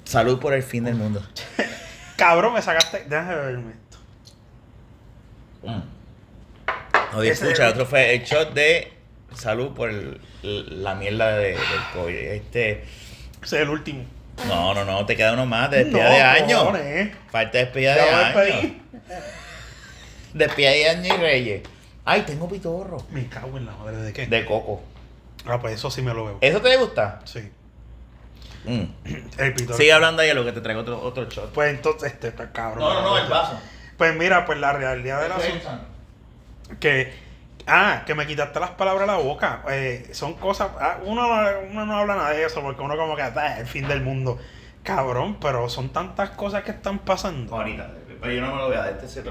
Speaker 1: Salud por el fin del mundo.
Speaker 2: cabrón, me sacaste. Déjame verme esto.
Speaker 1: Mm. Oye,
Speaker 2: Ese-
Speaker 1: escucha, el otro fue el shot de salud por el- la mierda de- del COVID. Este,
Speaker 2: Ese es el último.
Speaker 1: no, no, no, te queda uno más de despedida de año. Falta despedida
Speaker 2: Te voy a
Speaker 1: de año.
Speaker 2: despedir.
Speaker 1: Despedida de año y reyes. Ay, tengo pitorro.
Speaker 2: Me cago en la madre de qué.
Speaker 1: De Eh, coco.
Speaker 2: Ah, pues eso sí me lo veo.
Speaker 1: ¿Eso te gusta?
Speaker 2: Sí.
Speaker 1: Mm.
Speaker 2: El pitor.
Speaker 1: Sigue hablando ahí a lo que te traigo otro, otro shot.
Speaker 2: Pues entonces, este está cabrón.
Speaker 1: vaso.
Speaker 2: Pues mira, pues la realidad del asunto. Que. Ah, que me quitaste las palabras de la boca. Eh, son cosas. ah, uno, no- uno no habla nada de eso porque uno, como que. "Ah, el fin del mundo. Cabrón, pero son tantas cosas que están pasando.
Speaker 1: Ahorita, pero yo no me lo voy a dar. Este se tú.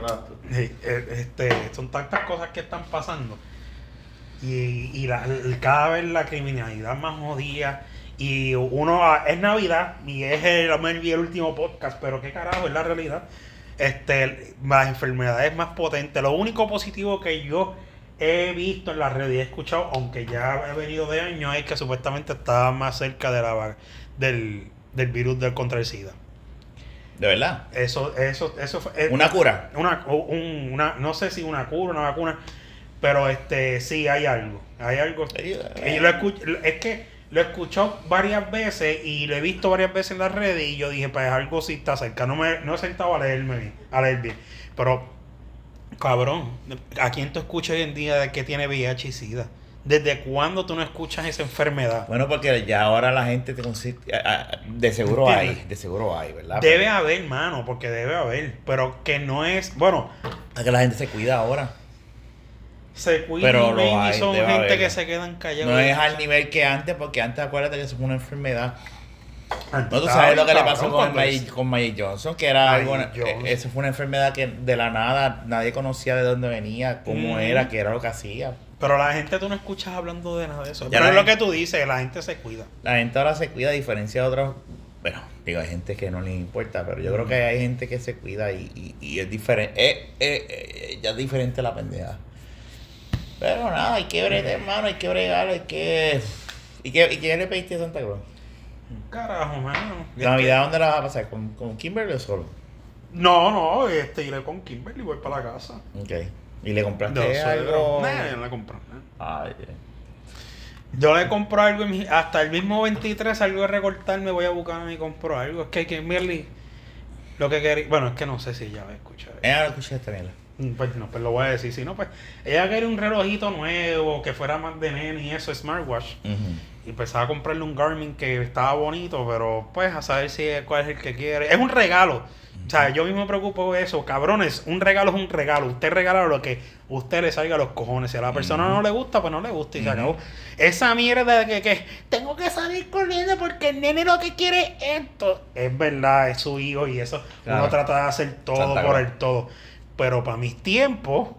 Speaker 2: Eh, eh, este, son tantas cosas que están pasando. Y, y la- el- cada vez la criminalidad más jodida. Y uno ah, es Navidad y es el, me olvidé el último podcast, pero qué carajo es la realidad. Este, el- las enfermedades más potentes. Lo único positivo que yo he visto en las redes y he escuchado, aunque ya he venido de años, es que supuestamente estaba más cerca de la, va- del, del virus del contra el SIDA.
Speaker 1: De verdad.
Speaker 2: Eso, eso, eso fue. eh,
Speaker 1: Una cura.
Speaker 2: una, o- un- una- no sé si una cura, una vacuna, pero este sí hay algo, hay algo. Y lo escu- es que lo he escuchado varias veces y lo he visto varias veces en las redes y yo dije, pues algo sí está cerca, no me no he sentado a leerme bien, a leer bien, pero cabrón, ¿a quién tú escuchas hoy en día de que tiene VIH y SIDA? ¿Desde cuándo tú no escuchas esa enfermedad?
Speaker 1: Bueno, porque ya ahora la gente te consiste. a- a- De seguro
Speaker 2: ¿Entiendes?
Speaker 1: hay, de seguro hay, ¿verdad?
Speaker 2: Debe haber, mano, porque debe haber. Pero que no es. Bueno,
Speaker 1: Es que la gente se cuida ahora.
Speaker 2: se cuidan
Speaker 1: Pero lo
Speaker 2: baby,
Speaker 1: hay,
Speaker 2: son
Speaker 1: debe
Speaker 2: gente
Speaker 1: haber.
Speaker 2: que se quedan callados.
Speaker 1: No es al nivel que antes, porque antes acuérdate que eso fue una enfermedad. No,
Speaker 2: Antes
Speaker 1: Pues tú
Speaker 2: estaba
Speaker 1: sabes lo
Speaker 2: bien
Speaker 1: que le
Speaker 2: cabrón
Speaker 1: pasó con
Speaker 2: cuando
Speaker 1: Magic, con Magic Johnson, que era
Speaker 2: Magic
Speaker 1: algo. eh,
Speaker 2: Johnson.
Speaker 1: Eso fue una enfermedad que de la nada nadie conocía de dónde venía, cómo
Speaker 2: Mm.
Speaker 1: era, qué era lo que hacía.
Speaker 2: Pero la gente tú no escuchas hablando de nada de eso.
Speaker 1: Ya
Speaker 2: Pero
Speaker 1: la
Speaker 2: es lo
Speaker 1: gente-
Speaker 2: que tú dices, la gente se cuida.
Speaker 1: La gente ahora se cuida a diferencia de otros. Bueno, digo, hay gente que no les importa, pero yo creo
Speaker 2: Mm.
Speaker 1: que hay gente que se cuida y, y- y es diferente. eh, eh, eh, ya es diferente la pendeja. Pero nada, hay que
Speaker 2: Mm.
Speaker 1: bregar, hermano, hay que bregar, hay que. ¿Y qué, y qué le pediste a Santa Cruz?
Speaker 2: Carajo, mano. Este,
Speaker 1: ¿La Navidad dónde la vas a pasar? ¿Con, con Kimberly o solo?
Speaker 2: No, no, este, iré con Kimberly y voy para la casa.
Speaker 1: Ok. ¿Y le compraste
Speaker 2: No,
Speaker 1: algo?
Speaker 2: suegro. Nah, yo no le compré nada.
Speaker 1: Ay,
Speaker 2: Yo le compro algo y mi- hasta el mismo 23 salgo de recortarme, voy a buscar y compro algo. Es que Kimberly, lo que quería. Bueno, es que no sé si ella va a escuchar.
Speaker 1: eh, ahora escuchaste bien.
Speaker 2: Mm, Pues no, pues lo voy a decir. Si no, pues ella quería un relojito nuevo, que fuera más de nene y eso, smartwatch. Y empezaba a comprarle un Garmin que estaba bonito, pero pues a saber si es- cuál es el que quiere. Es un regalo. O sea, yo mismo me preocupo de eso. Cabrones, un regalo es un regalo. Usted regala lo que usted le salga a los cojones. Si a la persona
Speaker 1: Ujú.
Speaker 2: no le gusta, pues no le gusta y se
Speaker 1: Ujú.
Speaker 2: acabó. Esa mierda de que, que tengo que salir corriendo porque el nene lo que quiere es esto. Es verdad, es su hijo y eso.
Speaker 1: Claro.
Speaker 2: Uno trata de hacer todo
Speaker 1: Santa
Speaker 2: por
Speaker 1: Claus.
Speaker 2: el todo. Pero para mis tiempos,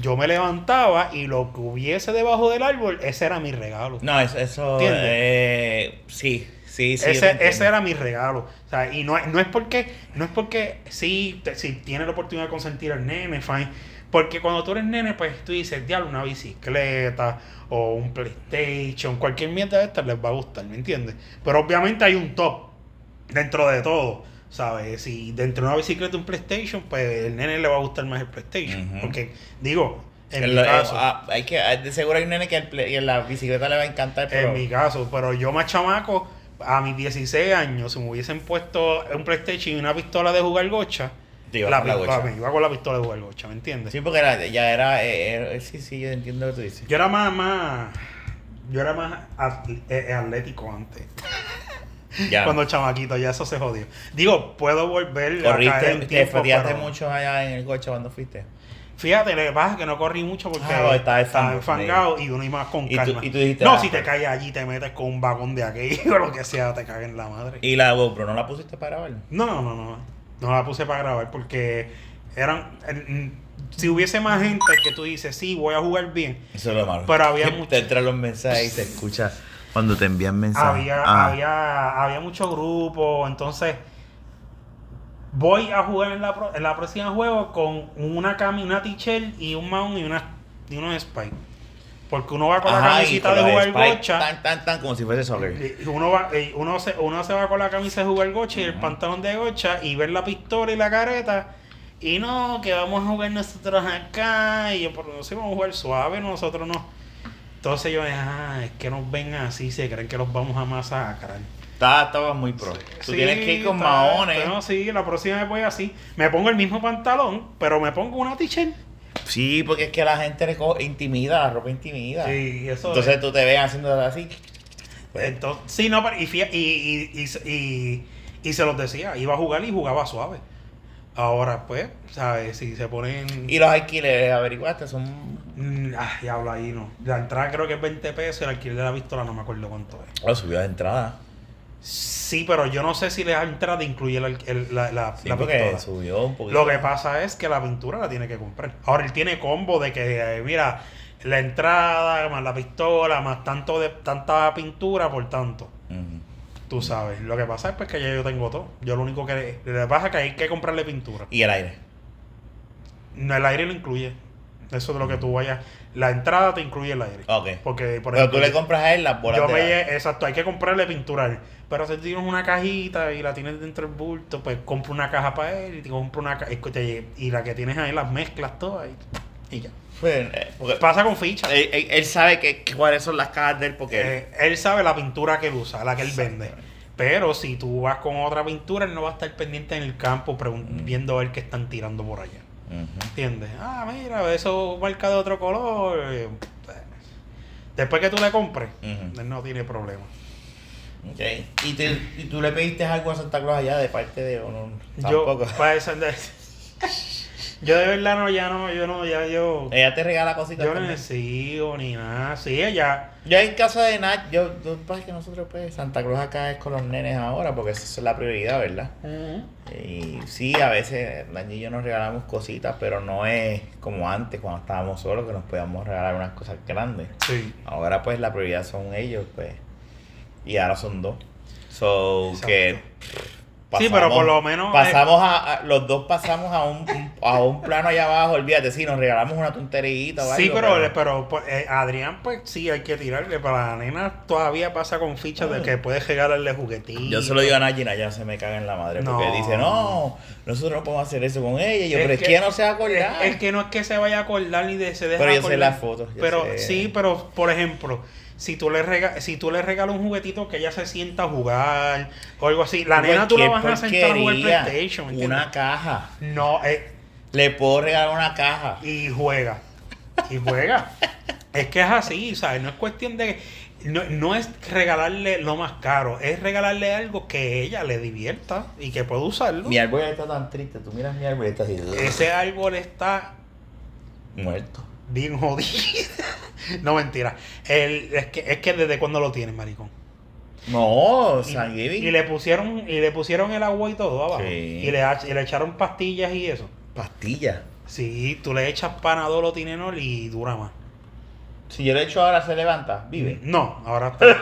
Speaker 2: yo me levantaba y lo que hubiese debajo del árbol, ese era mi regalo.
Speaker 1: No, eso. eso
Speaker 2: ¿Entiendes?
Speaker 1: eh, sí, sí, sí. yo te
Speaker 2: ese,
Speaker 1: entiendo.
Speaker 2: ese era mi regalo. O sea, y no, es- no es porque, no es porque sí, te- si tiene la oportunidad de consentir al nene, fine. Porque cuando tú eres nene, pues tú dices, diablo, una bicicleta o un PlayStation, cualquier mierda de estas les va a gustar, ¿me entiendes? Pero obviamente hay un top dentro de todo, ¿sabes? Si dentro de una bicicleta un PlayStation, pues el nene le va a gustar más el PlayStation.
Speaker 1: Ujú.
Speaker 2: Porque, digo, en,
Speaker 1: En
Speaker 2: mi
Speaker 1: lo- eh,
Speaker 2: caso.
Speaker 1: ah, hay que, ah, de seguro hay un nene que el play- en la bicicleta le va a encantar, pero
Speaker 2: En mi caso, pero yo más chamaco, a mis 16 años, si me hubiesen puesto un PlayStation y una pistola de jugar gocha,
Speaker 1: te iba
Speaker 2: la
Speaker 1: a la
Speaker 2: pistola-
Speaker 1: gocha.
Speaker 2: me iba con la pistola de jugar gocha, ¿me entiendes?
Speaker 1: Sí, porque era, ya era, eh, era- Sí, sí, yo entiendo lo que tú dices.
Speaker 2: Yo era más, más, yo era más atl- eh, eh, atlético antes,
Speaker 1: Ya.
Speaker 2: cuando chamaquito, ya eso se jodió. Digo, puedo volver a caer
Speaker 1: Corriste,
Speaker 2: en
Speaker 1: te
Speaker 2: tiempo,
Speaker 1: fatigaste
Speaker 2: pero-
Speaker 1: mucho allá en el coche cuando fuiste.
Speaker 2: Fíjate, lo que pasa es que no corrí mucho porque
Speaker 1: Ah, estaba
Speaker 2: estaba
Speaker 1: enfangado.
Speaker 2: enfangado y uno iba más con
Speaker 1: Y tú-
Speaker 2: calma.
Speaker 1: y tú dijiste,
Speaker 2: no,
Speaker 1: ah,
Speaker 2: si te
Speaker 1: pues.
Speaker 2: caes allí, te metes con un vagón de aquello, lo que sea, te cagas en la madre.
Speaker 1: ¿Y la GoPro no la pusiste para grabar?
Speaker 2: No, no, no, no. No la puse para grabar porque eran. eh, Si hubiese más gente que tú dices, sí, voy a jugar bien.
Speaker 1: Eso es lo malo.
Speaker 2: Pero había
Speaker 1: Que
Speaker 2: mucho-
Speaker 1: Te entran los mensajes y se escucha cuando te envían mensajes.
Speaker 2: Había,
Speaker 1: Ah.
Speaker 2: había, había muchos grupos. Entonces, voy a jugar en la, pro- en la próxima juego con una cami, una t-shirt y un mount y, una, y unos spikes. Porque uno va con la
Speaker 1: Ajá, y
Speaker 2: camisita
Speaker 1: con
Speaker 2: de
Speaker 1: la
Speaker 2: jugar
Speaker 1: Spike,
Speaker 2: gocha.
Speaker 1: Tan, tan, tan, como si fuese soccer.
Speaker 2: Y Uno, va, eh, uno, se, uno se va con la camisa de jugar gocha y el pantalón de gocha y ver la pistola y la careta. Y no, que vamos a jugar nosotros acá. Y yo, pero no sé, vamos a jugar suave, nosotros no. Entonces yo dije, ah, es que nos ven así, se creen que los vamos a masacrar.
Speaker 1: Está- Estabas muy pro. Tú
Speaker 2: Sí,
Speaker 1: tienes que ir con
Speaker 2: está-
Speaker 1: maones.
Speaker 2: No, sí, la próxima vez voy así. Me pongo el mismo pantalón, pero me pongo una t-shirt.
Speaker 1: Sí, porque es que la gente le co- intimida, la ropa intimida.
Speaker 2: Sí, eso es.
Speaker 1: Entonces tú te ves haciendo así. Pues,
Speaker 2: Entonces, sí, no, pero- y, fía- y, y, y- y- y se los decía, iba a jugar y jugaba suave. Ahora, pues, ¿sabes? Si se ponen.
Speaker 1: y los alquileres, averiguaste, son.
Speaker 2: Mm, ah, diablo, ahí no. La entrada creo que es 20 pesos, el alquiler de la pistola no me acuerdo cuánto es.
Speaker 1: Lo subió de entrada.
Speaker 2: Sí, pero yo no sé si la entrada incluye el al- el- la, la,
Speaker 1: Sí,
Speaker 2: la
Speaker 1: porque
Speaker 2: pistola.
Speaker 1: subió un poquito.
Speaker 2: Lo que pasa es que la pintura la tiene que comprar. Ahora él tiene combo de que, eh, mira, la entrada, más la pistola, más tanto de tanta pintura por tanto.
Speaker 1: Ujú.
Speaker 2: Tú sabes, lo que pasa es pues, que ya yo tengo todo. Yo lo único que le, le pasa es que hay que comprarle pintura.
Speaker 1: Y el aire.
Speaker 2: No, el aire lo incluye. Eso de lo que tú vayas. La entrada te incluye el aire.
Speaker 1: Ok.
Speaker 2: Porque, por
Speaker 1: Pero tú
Speaker 2: ejemplo,
Speaker 1: le compras a él las bolas
Speaker 2: yo
Speaker 1: de
Speaker 2: me
Speaker 1: aire.
Speaker 2: lle- Exacto, hay que comprarle pintura a él. Pero si tienes una cajita y la tienes dentro del bulto, pues compra una caja para él y te compra una ca- y te- Y la que tienes ahí las mezclas todas y, y ya.
Speaker 1: Pues, eh, porque-
Speaker 2: Pasa con ficha.
Speaker 1: él, él- él sabe que, que cuáles son las cajas de él porque
Speaker 2: Eh, él sabe la pintura que él usa, la que él vende. Pero si tú vas con otra pintura, él no va a estar pendiente en el campo pregun-
Speaker 1: Mm.
Speaker 2: viendo a ver qué están tirando por allá.
Speaker 1: Ujú.
Speaker 2: ¿Entiendes? Ah, mira, eso marca de otro color. eh, Después que tú le compres,
Speaker 1: Ujú.
Speaker 2: él no tiene problema.
Speaker 1: Ok. ¿Y, te- y tú le pediste algo a Santa Claus allá de parte de o no?
Speaker 2: Yo,
Speaker 1: Tampoco.
Speaker 2: para eso, yo de verdad no, ya no, yo no, ya yo.
Speaker 1: Ella te regala cositas.
Speaker 2: Yo no
Speaker 1: también.
Speaker 2: le sigo ni nada. Sí, ella.
Speaker 1: Yo en casa de Nat, yo, tú sabes que nosotros pues Santa Claus acá es con los nenes ahora, porque esa es la prioridad, ¿verdad? Y sí, a veces Nat y yo nos regalamos cositas, pero no es como antes, cuando estábamos solos, que nos podíamos regalar unas cosas grandes.
Speaker 2: Sí.
Speaker 1: Ahora pues la prioridad son ellos, pues. Y ahora son dos. So
Speaker 2: Exacto.
Speaker 1: que
Speaker 2: Sí, pero por lo menos, eh.
Speaker 1: pasamos a, a- los dos pasamos a un a un plano allá abajo, olvídate, sí, nos regalamos una tonterita o
Speaker 2: Sí,
Speaker 1: algo,
Speaker 2: pero, pero pues, eh, Adrián, pues sí, hay que tirarle. Pero la nena todavía pasa con fichas de
Speaker 1: Mm.
Speaker 2: que puedes regalarle juguetitos.
Speaker 1: Yo se lo digo a Nagina, ya se me caga en la madre. Porque
Speaker 2: No.
Speaker 1: dice, no, nosotros no podemos hacer eso con ella. Y yo,
Speaker 2: Es
Speaker 1: pero es
Speaker 2: que-
Speaker 1: que ella no se va a acordar.
Speaker 2: Es, es que no es que se vaya a acordar ni de, se deja
Speaker 1: Pero yo sé
Speaker 2: acordar.
Speaker 1: las fotos, yo
Speaker 2: Pero
Speaker 1: sé.
Speaker 2: sí, pero por ejemplo, si tú le rega si tú le regalas un juguetito que ella se sienta a jugar o algo así, la nena tú la vas
Speaker 1: Cualquier
Speaker 2: a sentar a jugar
Speaker 1: Pues, porquería,
Speaker 2: PlayStation, ¿entiendes?
Speaker 1: Una caja.
Speaker 2: No, eh,
Speaker 1: Le puedo regalar una caja.
Speaker 2: y juega. Y juega. es que es así, ¿sabes? No es cuestión de. No, no es regalarle lo más caro, es regalarle algo que ella le divierta y que pueda usarlo.
Speaker 1: Mi árbol está tan triste. Tú miras mi árbol y estás así,
Speaker 2: Ese árbol está
Speaker 1: muerto.
Speaker 2: bien jodido. no, mentira. El- es, que, es que desde cuando lo tienen, maricón.
Speaker 1: No,
Speaker 2: Y,
Speaker 1: San
Speaker 2: y le pusieron y le pusieron el agua y todo abajo.
Speaker 1: Sí.
Speaker 2: Y, le, ha- y le echaron pastillas y eso.
Speaker 1: Pastilla.
Speaker 2: Sí, tú le echas panadol o tinenol y dura más.
Speaker 1: Si yo le echo ahora, se levanta. Vive.
Speaker 2: No, ahora está.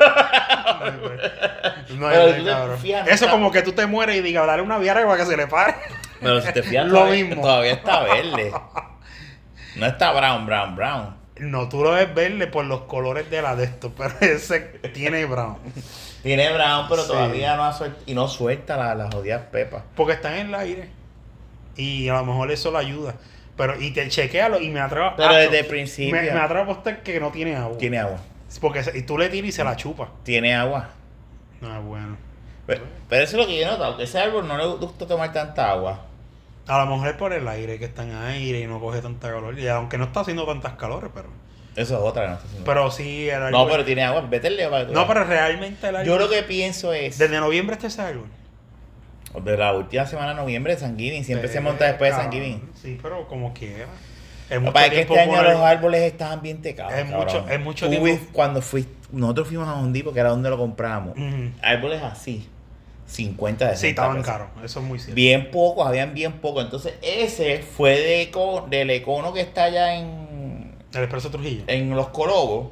Speaker 2: no,
Speaker 1: Pero
Speaker 2: no,
Speaker 1: tú te
Speaker 2: cabrón.
Speaker 1: fijas,
Speaker 2: Eso
Speaker 1: está-
Speaker 2: como que tú te mueres y digas, dale una viara para que se le pare.
Speaker 1: Pero si te fijas,
Speaker 2: Lo
Speaker 1: todavía,
Speaker 2: mismo.
Speaker 1: todavía está verde. No está brown, brown, brown.
Speaker 2: No, tú lo ves verde por los colores de la de esto, pero ese tiene brown.
Speaker 1: Tiene brown, pero
Speaker 2: Sí.
Speaker 1: todavía no ha suelta. Y no suelta la- las jodidas pepas.
Speaker 2: Porque está en el aire. Y a lo mejor eso le ayuda. Pero, y te chequealo y me atrevo
Speaker 1: Pero
Speaker 2: Acho,
Speaker 1: desde el
Speaker 2: me,
Speaker 1: principio.
Speaker 2: me atrevo a apostar que no tiene agua.
Speaker 1: Tiene agua.
Speaker 2: Porque se- y tú le tiras y se la chupa.
Speaker 1: Tiene agua.
Speaker 2: Ah, bueno.
Speaker 1: Pero, pero eso es lo que yo he notado, que ese árbol no le gusta tomar tanta agua.
Speaker 2: A lo mejor es por el aire que está en aire y no coge tanta calor. Y aunque no está haciendo tantas calores, pero.
Speaker 1: Eso es otra que no está haciendo.
Speaker 2: Pero sí, el árbol-
Speaker 1: no, pero tiene agua. Vete el leo para que tú
Speaker 2: No,
Speaker 1: veas.
Speaker 2: pero realmente el árbol.
Speaker 1: Yo lo que pienso es,
Speaker 2: Desde noviembre este es árbol.
Speaker 1: de la última semana de noviembre de San Giving, siempre se monta
Speaker 2: Eh,
Speaker 1: después de San
Speaker 2: cabrón.
Speaker 1: Giving.
Speaker 2: Sí, pero como quiera. Es
Speaker 1: Lo que pasa es que este año
Speaker 2: por el-
Speaker 1: los árboles estaban bien tecados.
Speaker 2: Es mucho-
Speaker 1: cabrón.
Speaker 2: es mucho
Speaker 1: Tú
Speaker 2: tiempo.
Speaker 1: ves Cuando fui, nosotros fuimos a Hondi porque era donde lo compramos.
Speaker 2: Ujú.
Speaker 1: Árboles así, 50 de
Speaker 2: Mm. Sí, estaban caros. Eso es muy cierto.
Speaker 1: Bien pocos, habían bien pocos. Entonces, ese fue de eco- del econo que está allá en,
Speaker 2: El expreso Trujillo.
Speaker 1: en Los Colobos.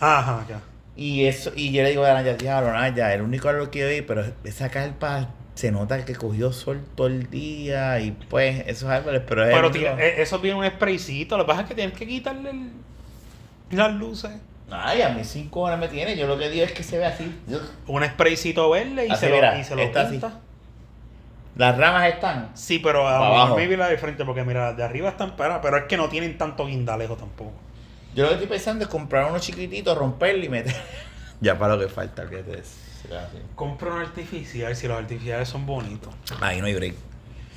Speaker 2: Ajá, ya.
Speaker 1: Y eso, y yo le digo a Naya, diablo, Naya, el único árbol que yo vi, pero esa carpa se nota que cogió sol todo el día y pues esos árboles, pero es el
Speaker 2: Pero
Speaker 1: único-
Speaker 2: tira- eh, eso tiene un spraycito. Lo que pasa es que tienes que quitarle el- las luces.
Speaker 1: Ay, a mis cinco horas me tiene, yo lo que digo es que se ve así.
Speaker 2: Un spraycito verde y
Speaker 1: Así,
Speaker 2: se lo,
Speaker 1: mira,
Speaker 2: y se lo
Speaker 1: está así.
Speaker 2: pinta.
Speaker 1: Las ramas están.
Speaker 2: Sí, pero a lo
Speaker 1: Para
Speaker 2: mejor
Speaker 1: abajo.
Speaker 2: maybe la de frente, porque mira, las de arriba están paradas, pero es que no tienen tanto guindalejo tampoco.
Speaker 1: Yo lo que estoy pensando es comprar unos chiquititos, romperlo y meter. ya para lo que falta, fíjate. es- será así.
Speaker 2: Compra un artificial si los artificiales son bonitos.
Speaker 1: Ahí no hay break.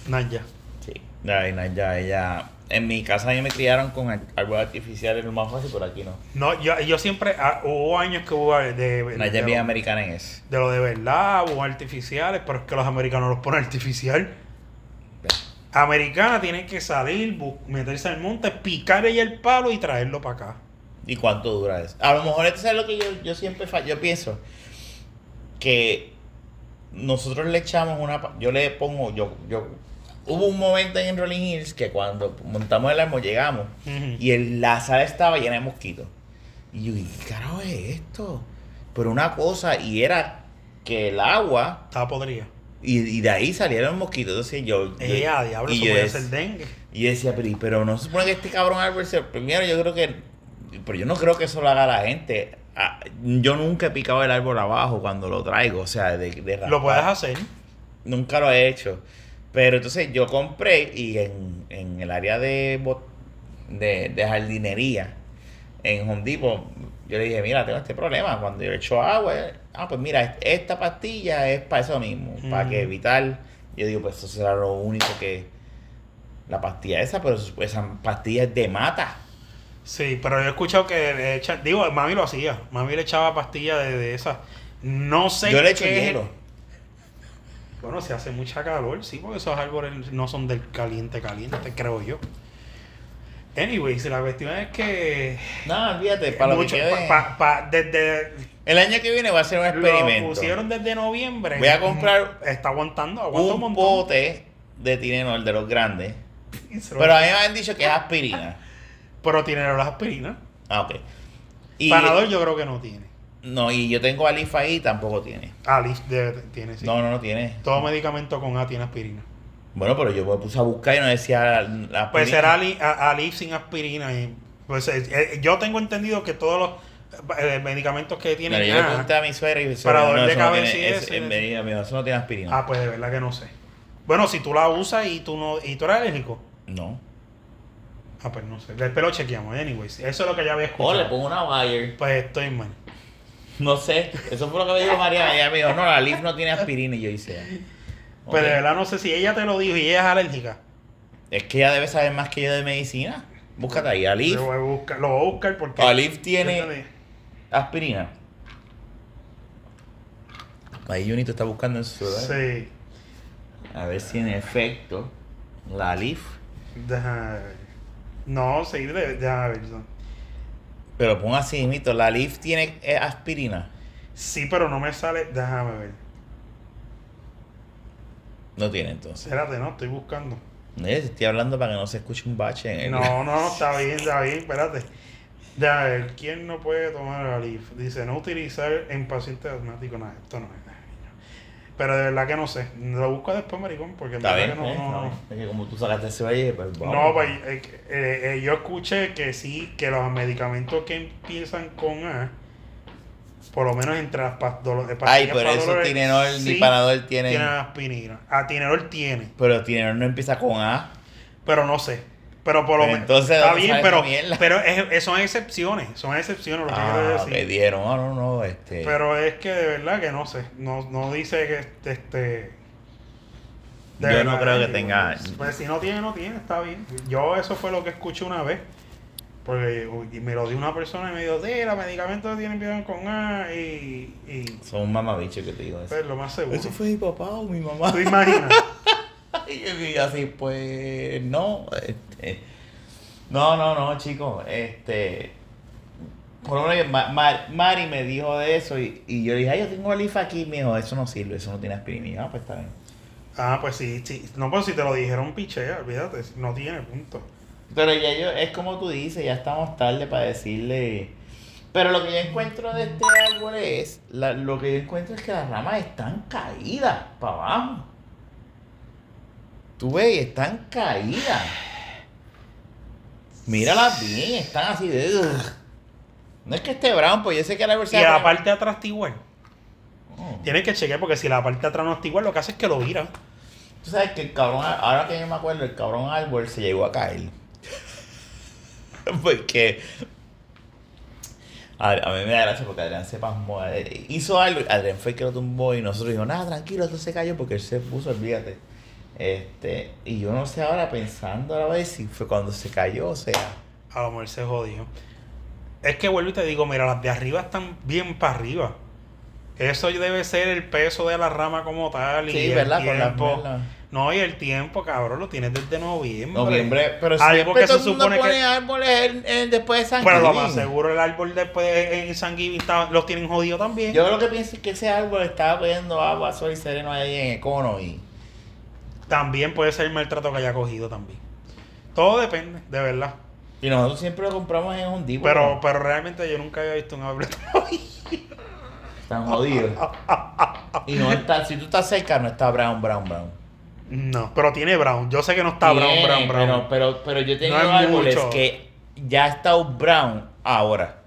Speaker 2: Naya.
Speaker 1: Sí. Ay, Naya, ella. En mi casa a mí me criaron con ar- árboles artificiales, lo más fácil, pero aquí no.
Speaker 2: No, yo, yo siempre, ah, hubo años que hubo de, de, de,
Speaker 1: Naya es bien
Speaker 2: lo,
Speaker 1: americana en eso.
Speaker 2: de lo de verdad, hubo artificiales, pero es que los americanos los ponen artificial. Americana tiene que salir, bu- meterse al monte, picar ella el palo y traerlo para acá.
Speaker 1: ¿Y cuánto dura eso? A lo mejor esto es lo que yo, yo siempre fa- yo pienso. Que nosotros le echamos una... pa- Yo le pongo... yo yo Hubo un momento en Rolling Hills que cuando montamos el árbol llegamos
Speaker 2: Ujú.
Speaker 1: y el, la sala estaba llena de mosquitos. Y yo, ¿y ¿qué carajo es esto? Pero una cosa, y era que el agua...
Speaker 2: Estaba podrida.
Speaker 1: Y, y de ahí salieron mosquitos. Entonces yo... yo-
Speaker 2: Ella, Eh, diablo,
Speaker 1: y
Speaker 2: eso
Speaker 1: yo
Speaker 2: puede
Speaker 1: dec-
Speaker 2: ser dengue.
Speaker 1: y yo decía, pero, pero no se supone que este cabrón árbol sea el primero. Yo creo que. Pero yo no creo que eso lo haga la gente. Ah, Yo nunca he picado el árbol abajo cuando lo traigo, o sea, de, de raspar.
Speaker 2: Lo puedes hacer.
Speaker 1: Nunca lo he hecho. Pero entonces yo compré y en, en el área de, bot- de, de jardinería, en Home Depot, yo le dije, mira, tengo este problema. Cuando yo le echo agua, eh, ah, pues mira, esta pastilla es para eso mismo, para que
Speaker 2: Mm.
Speaker 1: evitar. Yo digo, pues eso será lo único que... La pastilla esa, pero eso- esa pastilla es de mata.
Speaker 2: Sí, pero yo he escuchado que le echa- digo, mami lo hacía, mami le echaba pastillas de, de esas. No sé
Speaker 1: Yo le echo
Speaker 2: qué-
Speaker 1: hielo.
Speaker 2: Bueno, si hace mucha calor, sí, porque esos árboles no son del caliente caliente, creo yo. Anyways, la cuestión es que
Speaker 1: No, fíjate, para
Speaker 2: mucho-
Speaker 1: lo que quede.
Speaker 2: pa- pa- desde
Speaker 1: el año que viene va a ser un
Speaker 2: lo
Speaker 1: experimento.
Speaker 2: pusieron desde noviembre.
Speaker 1: Voy a comprar
Speaker 2: está aguantando, aguanta un,
Speaker 1: Un
Speaker 2: montón.
Speaker 1: bote de Tilenol de los grandes.
Speaker 2: Y se lo-
Speaker 1: Pero a mí me han dicho que es aspirina.
Speaker 2: pero tiene las aspirinas.
Speaker 1: Ah, ok. Y,
Speaker 2: Panadol yo creo que no tiene.
Speaker 1: no, y yo tengo Alifa ahí y tampoco tiene.
Speaker 2: Alice debe- tiene sí.
Speaker 1: No, no, no tiene.
Speaker 2: Todo medicamento con A tiene aspirina.
Speaker 1: Bueno, pero yo me puse a buscar y no decía la aspirina.
Speaker 2: Pues será Ali, a- Alif sin aspirina. y, pues, eh, eh, yo tengo entendido que todos los eh, medicamentos que tienen
Speaker 1: Pero yo le
Speaker 2: A-
Speaker 1: pregunté a mi suegra y mi
Speaker 2: Para
Speaker 1: suegra, no,
Speaker 2: dolor de
Speaker 1: eso no
Speaker 2: cabeza
Speaker 1: tiene,
Speaker 2: y
Speaker 1: es-
Speaker 2: eso,
Speaker 1: es
Speaker 2: y-
Speaker 1: medida, mi mamá, eso no tiene aspirina.
Speaker 2: Ah, pues de verdad que no sé. Bueno, si tú la usas y tú no y tú eres alérgico.
Speaker 1: No.
Speaker 2: Ah, pues no sé. Después lo chequeamos. Anyways, eso es lo que ya había
Speaker 1: O Oh, le
Speaker 2: escuchado.
Speaker 1: pongo una wire.
Speaker 2: Pues estoy mal.
Speaker 1: No sé. Eso fue lo que me dijo María. Ella me dijo, no, la Alif no tiene aspirina. Y yo hice. ah, ok.
Speaker 2: Pues de verdad no sé si ella te lo dijo y ella es alérgica.
Speaker 1: Es que ella debe saber más que yo de medicina. Búscate ahí, Alif.
Speaker 2: Lo voy a buscar, lo voy a buscar porque.
Speaker 1: Alif tiene aspirina. Ahí Junito está buscando en su celular.
Speaker 2: Sí.
Speaker 1: A ver si en efecto la Alif.
Speaker 2: Deja ver. No, sí, de- deja ver.
Speaker 1: Pero pon así, mito, la Alif tiene eh, aspirina.
Speaker 2: Sí, pero no me sale. Déjame ver.
Speaker 1: No tiene entonces.
Speaker 2: Espérate, no, estoy buscando.
Speaker 1: Eh, Estoy hablando para que no se escuche un bache en el-
Speaker 2: No, no, está bien, está bien, espérate. Ya, ver, ¿quién no puede tomar Alif? Dice, no utilizar en pacientes asmáticos. No, esto no es. Pero de verdad que no sé. Lo busco después, maricón, porque de
Speaker 1: Está
Speaker 2: verdad
Speaker 1: bien, eh,
Speaker 2: que no. no,
Speaker 1: está
Speaker 2: no.
Speaker 1: bien. Es que como tú sacaste ese valle, pues vamos.
Speaker 2: No, pues, eh, eh, eh, yo escuché que sí, que los medicamentos que empiezan con A, por lo menos entre las pas- dolo- eh,
Speaker 1: Ay,
Speaker 2: pastillas
Speaker 1: pero
Speaker 2: para
Speaker 1: eso
Speaker 2: dolores,
Speaker 1: Tinerol
Speaker 2: sí
Speaker 1: ni Panadol tienen.
Speaker 2: tienen aspirina. Atinerol tiene,
Speaker 1: Pero Tinerol no empieza con A.
Speaker 2: pero no sé. Pero por lo
Speaker 1: Pero
Speaker 2: menos.
Speaker 1: Pues entonces,
Speaker 2: Está
Speaker 1: ¿dónde
Speaker 2: bien,
Speaker 1: sale esa
Speaker 2: pero,
Speaker 1: mierda?
Speaker 2: pero es- es- son excepciones. Son excepciones lo que quiero
Speaker 1: Ah,
Speaker 2: decir.
Speaker 1: que dijeron, ah, no, no, este.
Speaker 2: Pero es que de verdad que no sé. No, no dice que este. de
Speaker 1: Yo
Speaker 2: verdad,
Speaker 1: no creo que
Speaker 2: eh,
Speaker 1: tenga-
Speaker 2: Pues, si no tiene, no tiene, está bien. Yo eso fue lo que escuché una vez. Porque uy, me lo dio una persona y me dijo, sí, los medicamentos tienen que ver con A y. y
Speaker 1: Son un mamabicho que te digo eso.
Speaker 2: pues, lo más seguro.
Speaker 1: Eso fue mi papá o mi mamá.
Speaker 2: ¿Tú imaginas?
Speaker 1: Y yo digo así, pues no. Este, no, no, no, chicos. Este. Por lo menos que Ma- Ma- Mari me dijo de eso y, y yo le dije, ay, yo tengo Alifa aquí. Me dijo, eso no sirve, eso no tiene aspirina. Y yo, Ah, pues está bien.
Speaker 2: ah, pues sí, sí. No, pues si te lo dijeron, pichea, olvídate. No tiene punto.
Speaker 1: Pero ya yo, es como tú dices, ya estamos tarde para decirle. Pero lo que yo encuentro de este árbol es, la- lo que yo encuentro es que las ramas están caídas para abajo. Tú ves, y están caídas. Míralas bien, están así de... ugh. No es que esté brown, pues yo sé que la
Speaker 2: Y
Speaker 1: versión...
Speaker 2: la parte de atrás está igual.
Speaker 1: Oh.
Speaker 2: Tienes que chequear porque si la parte de atrás no está igual, lo que hace es que lo viran.
Speaker 1: Tú sabes que el cabrón, ahora que yo me acuerdo, el cabrón árbol se llegó a caer. porque. A, a mí me da gracia porque Adrián se pasmó. eh, Hizo algo, Adrián fue el que lo tumbó y nosotros dijimos, nada, tranquilo, esto se cayó porque él se puso, olvídate. Este, y yo no sé ahora pensando ahora vez si fue cuando se cayó, o sea.
Speaker 2: A lo mejor se jodió. Es que vuelvo y te digo, mira, las de arriba están bien para arriba. Eso debe ser el peso de la rama como tal. y
Speaker 1: Sí,
Speaker 2: el
Speaker 1: ¿verdad? Con las
Speaker 2: Tiempo.
Speaker 1: velas.
Speaker 2: no, y el tiempo, cabrón, lo tienes desde noviembre.
Speaker 1: Noviembre, pero
Speaker 2: Algo
Speaker 1: siempre
Speaker 2: que
Speaker 1: todo
Speaker 2: se
Speaker 1: el mundo
Speaker 2: supone que-
Speaker 1: pone árboles en- en- después de San
Speaker 2: Pero lo más
Speaker 1: Giving.
Speaker 2: seguro, el árbol después de- en San Giving está- los tienen jodido también.
Speaker 1: Yo lo que pienso es que ese árbol estaba bebiendo agua, sol y sereno ahí en Econo y...
Speaker 2: También puede ser el maltrato que haya cogido también. Todo depende, de verdad.
Speaker 1: Y nosotros siempre lo compramos en un tipo.
Speaker 2: Pero, pero realmente yo nunca había visto un árbol.
Speaker 1: Están jodidos. y no está, si tú estás cerca, no está brown, brown, brown.
Speaker 2: No, pero tiene brown. Yo sé que no está brown,
Speaker 1: Tiene,
Speaker 2: brown, brown.
Speaker 1: Pero, pero, pero yo he tenido
Speaker 2: No es
Speaker 1: árboles
Speaker 2: mucho.
Speaker 1: que ya está un brown ahora.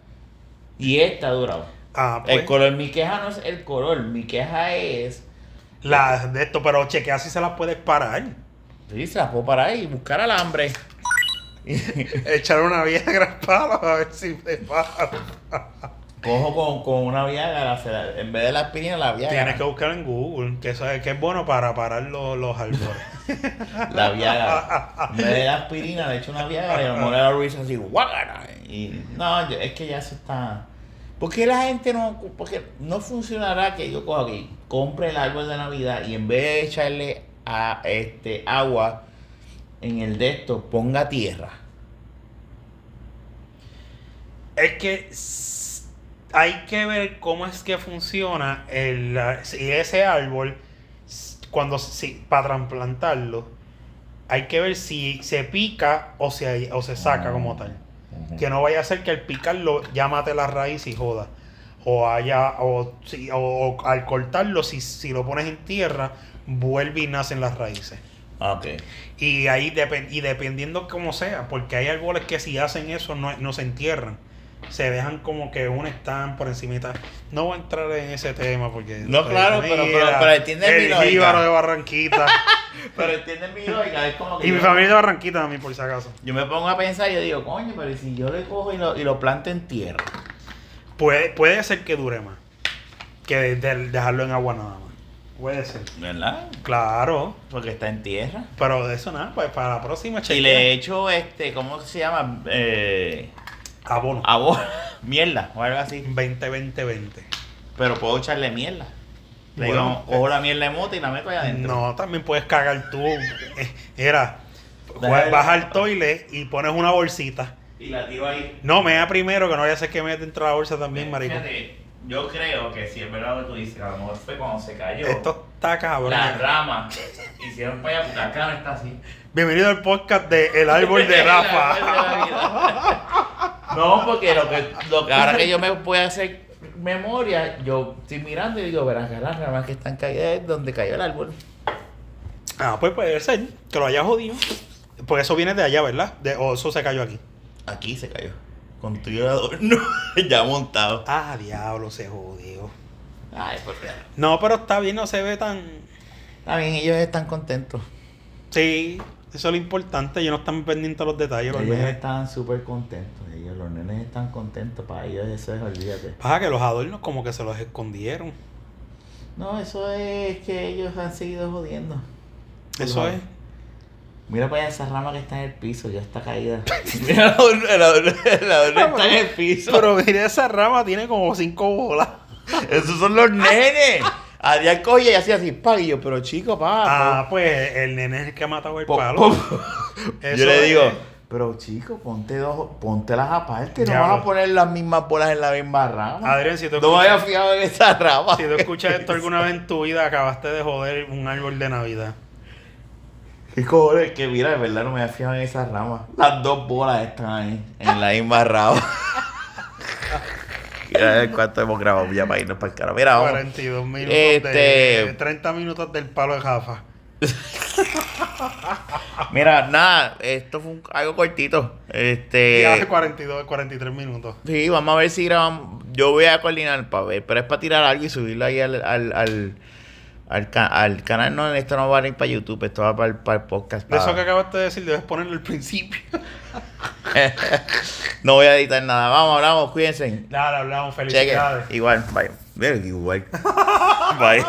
Speaker 1: Y está durado.
Speaker 2: Ah,
Speaker 1: El color, mi queja no es el color, mi queja es.
Speaker 2: Las de esto, pero chequea si se las puedes parar.
Speaker 1: Sí, se las puedo parar y buscar alambre.
Speaker 2: Echar una vieja gran palo a ver si te para.
Speaker 1: cojo con, con una viagra, la- se la- en vez de la aspirina, la viagra.
Speaker 2: Tienes que buscar en Google, que, eso es, que es bueno para parar los, los árboles.
Speaker 1: La viagra. en vez de la aspirina, le echo una viagra y a lo mejor era Ruiz así, guágara. Y no, yo- es que ya eso está... ¿Por qué la gente no...? Porque no funcionará que yo coja aquí, compre el árbol de Navidad y en vez de echarle a, este, agua en el de esto, ponga tierra.
Speaker 2: es que s- hay que ver cómo es que funciona el, la- si ese árbol, s- cuando si, para trasplantarlo, hay que ver si se pica o se, o se saca como tal.
Speaker 1: Ujú.
Speaker 2: Que no vaya a ser que al picarlo ya mate la raíz y joda. O haya, o, si- o- o al cortarlo, si, si lo pones en tierra, vuelve y nacen las raíces.
Speaker 1: Ok.
Speaker 2: Y ahí depen- y dependiendo como sea, porque hay árboles que si hacen eso no, no se entierran. Se dejan como que una están por encima. No voy a entrar en ese tema porque.
Speaker 1: No, claro, pero- pero- pero entiendes mi
Speaker 2: El
Speaker 1: lógica.
Speaker 2: jíbaro de Barranquita.
Speaker 1: Pero entienden mi lógica, es como que...
Speaker 2: y mi
Speaker 1: yo-
Speaker 2: familia de Barranquita también, por si acaso.
Speaker 1: Yo me pongo a pensar y yo digo, coño, pero ¿y si yo le cojo y lo, y lo planto en tierra.
Speaker 2: Puede, puede ser que dure más que de- de- dejarlo en agua nada más. Puede ser.
Speaker 1: ¿Verdad?
Speaker 2: Claro,
Speaker 1: Porque está en tierra.
Speaker 2: pero de eso nada, pues para la próxima
Speaker 1: Y
Speaker 2: chequea.
Speaker 1: le echo este, ¿cómo se llama? Eh,
Speaker 2: Abono.
Speaker 1: abono, mierda o algo así.
Speaker 2: 20, 20, 20.
Speaker 1: Pero puedo echarle mierda. Le digo,
Speaker 2: Bueno,
Speaker 1: cojo la mierda de mota y la meto allá adentro.
Speaker 2: No, también puedes cagar tú. Eh, Era,
Speaker 1: Dale.
Speaker 2: vas al toilet y pones una bolsita.
Speaker 1: Y la tiro ahí.
Speaker 2: No, mea primero, que no vaya a ser que meta dentro de la bolsa también, maricón.
Speaker 1: Fíjate, yo creo que si es verdad lo que tú dices, a lo mejor fue cuando se cayó.
Speaker 2: Esto está cabrón.
Speaker 1: las ramas hicieron para allá, porque la cara está así.
Speaker 2: Bienvenido al podcast de El Árbol de Rafa.
Speaker 1: No, porque lo que, lo que ahora que yo me voy a hacer memoria, yo estoy mirando y digo, verás que las ramas que están caídas es donde cayó el árbol.
Speaker 2: ah, pues puede ser que lo haya jodido. Porque eso viene de allá, ¿verdad? De, o eso se cayó aquí.
Speaker 1: Aquí se cayó. Con tu adorno ya montado.
Speaker 2: Ah, diablo, se jodió.
Speaker 1: Ay, por favor.
Speaker 2: No, pero está bien, no se ve tan.
Speaker 1: Está bien, ellos están contentos.
Speaker 2: Sí, eso es lo importante. Yo no están pendiente a los detalles. los
Speaker 1: Ellos
Speaker 2: nenes.
Speaker 1: están súper contentos. Ellos, los nenes están contentos. Para ellos eso es, olvídate.
Speaker 2: Pasa que los adornos como que se los escondieron.
Speaker 1: No, eso es que ellos han seguido jodiendo.
Speaker 2: Eso
Speaker 1: Ajá.
Speaker 2: es.
Speaker 1: Mira para allá esa rama que está en el piso, ya está caída. Mira el adorno, el adorno, el adorno está en el piso.
Speaker 2: Pero mira, esa rama tiene como cinco bolas.
Speaker 1: Esos son los nenes. Adrián cogía y hacía así, pa, y yo, pero chico, pa.
Speaker 2: Ah, pues el nene es el que ha matado el
Speaker 1: po-
Speaker 2: palo.
Speaker 1: po-
Speaker 2: Eso
Speaker 1: Yo le
Speaker 2: es.
Speaker 1: digo, pero chico, ponte dos, pontelas aparte, no
Speaker 2: Ya
Speaker 1: vas
Speaker 2: lo-
Speaker 1: a poner las mismas bolas en la misma rama.
Speaker 2: Adrián, si tú,
Speaker 1: no me había
Speaker 2: escuchas,
Speaker 1: fijado en esa rama.
Speaker 2: si tú escuchas esto alguna vez en tu vida, acabaste de joder un árbol de Navidad.
Speaker 1: Y cojones, que mira, de verdad no me había fijado en esa rama. Las dos bolas están ahí, en la misma rama. Mira a ver cuánto hemos grabado ya para irnos para el caro. Mira, vamos.
Speaker 2: 42 minutos de,
Speaker 1: Este-
Speaker 2: de 30 minutos del palo de Jafa.
Speaker 1: Mira, nada, esto fue un- algo cortito.
Speaker 2: Y hace
Speaker 1: Este.
Speaker 2: 42, 43 minutos.
Speaker 1: Sí, vamos a ver si grabamos. Yo voy a coordinar para ver, pero es para tirar algo y subirlo ahí al, al, al, al, ca- al canal. No, esto no va a ir para YouTube, esto va para el, para el podcast.
Speaker 2: De eso
Speaker 1: para-
Speaker 2: que acabaste de decir, debes ponerlo al principio.
Speaker 1: No voy a editar nada. Vamos, hablamos, cuídense.
Speaker 2: Dale, hablamos.
Speaker 1: Cheque.
Speaker 2: Felicidades.
Speaker 1: Igual, bye. Mira, Igual. Bye.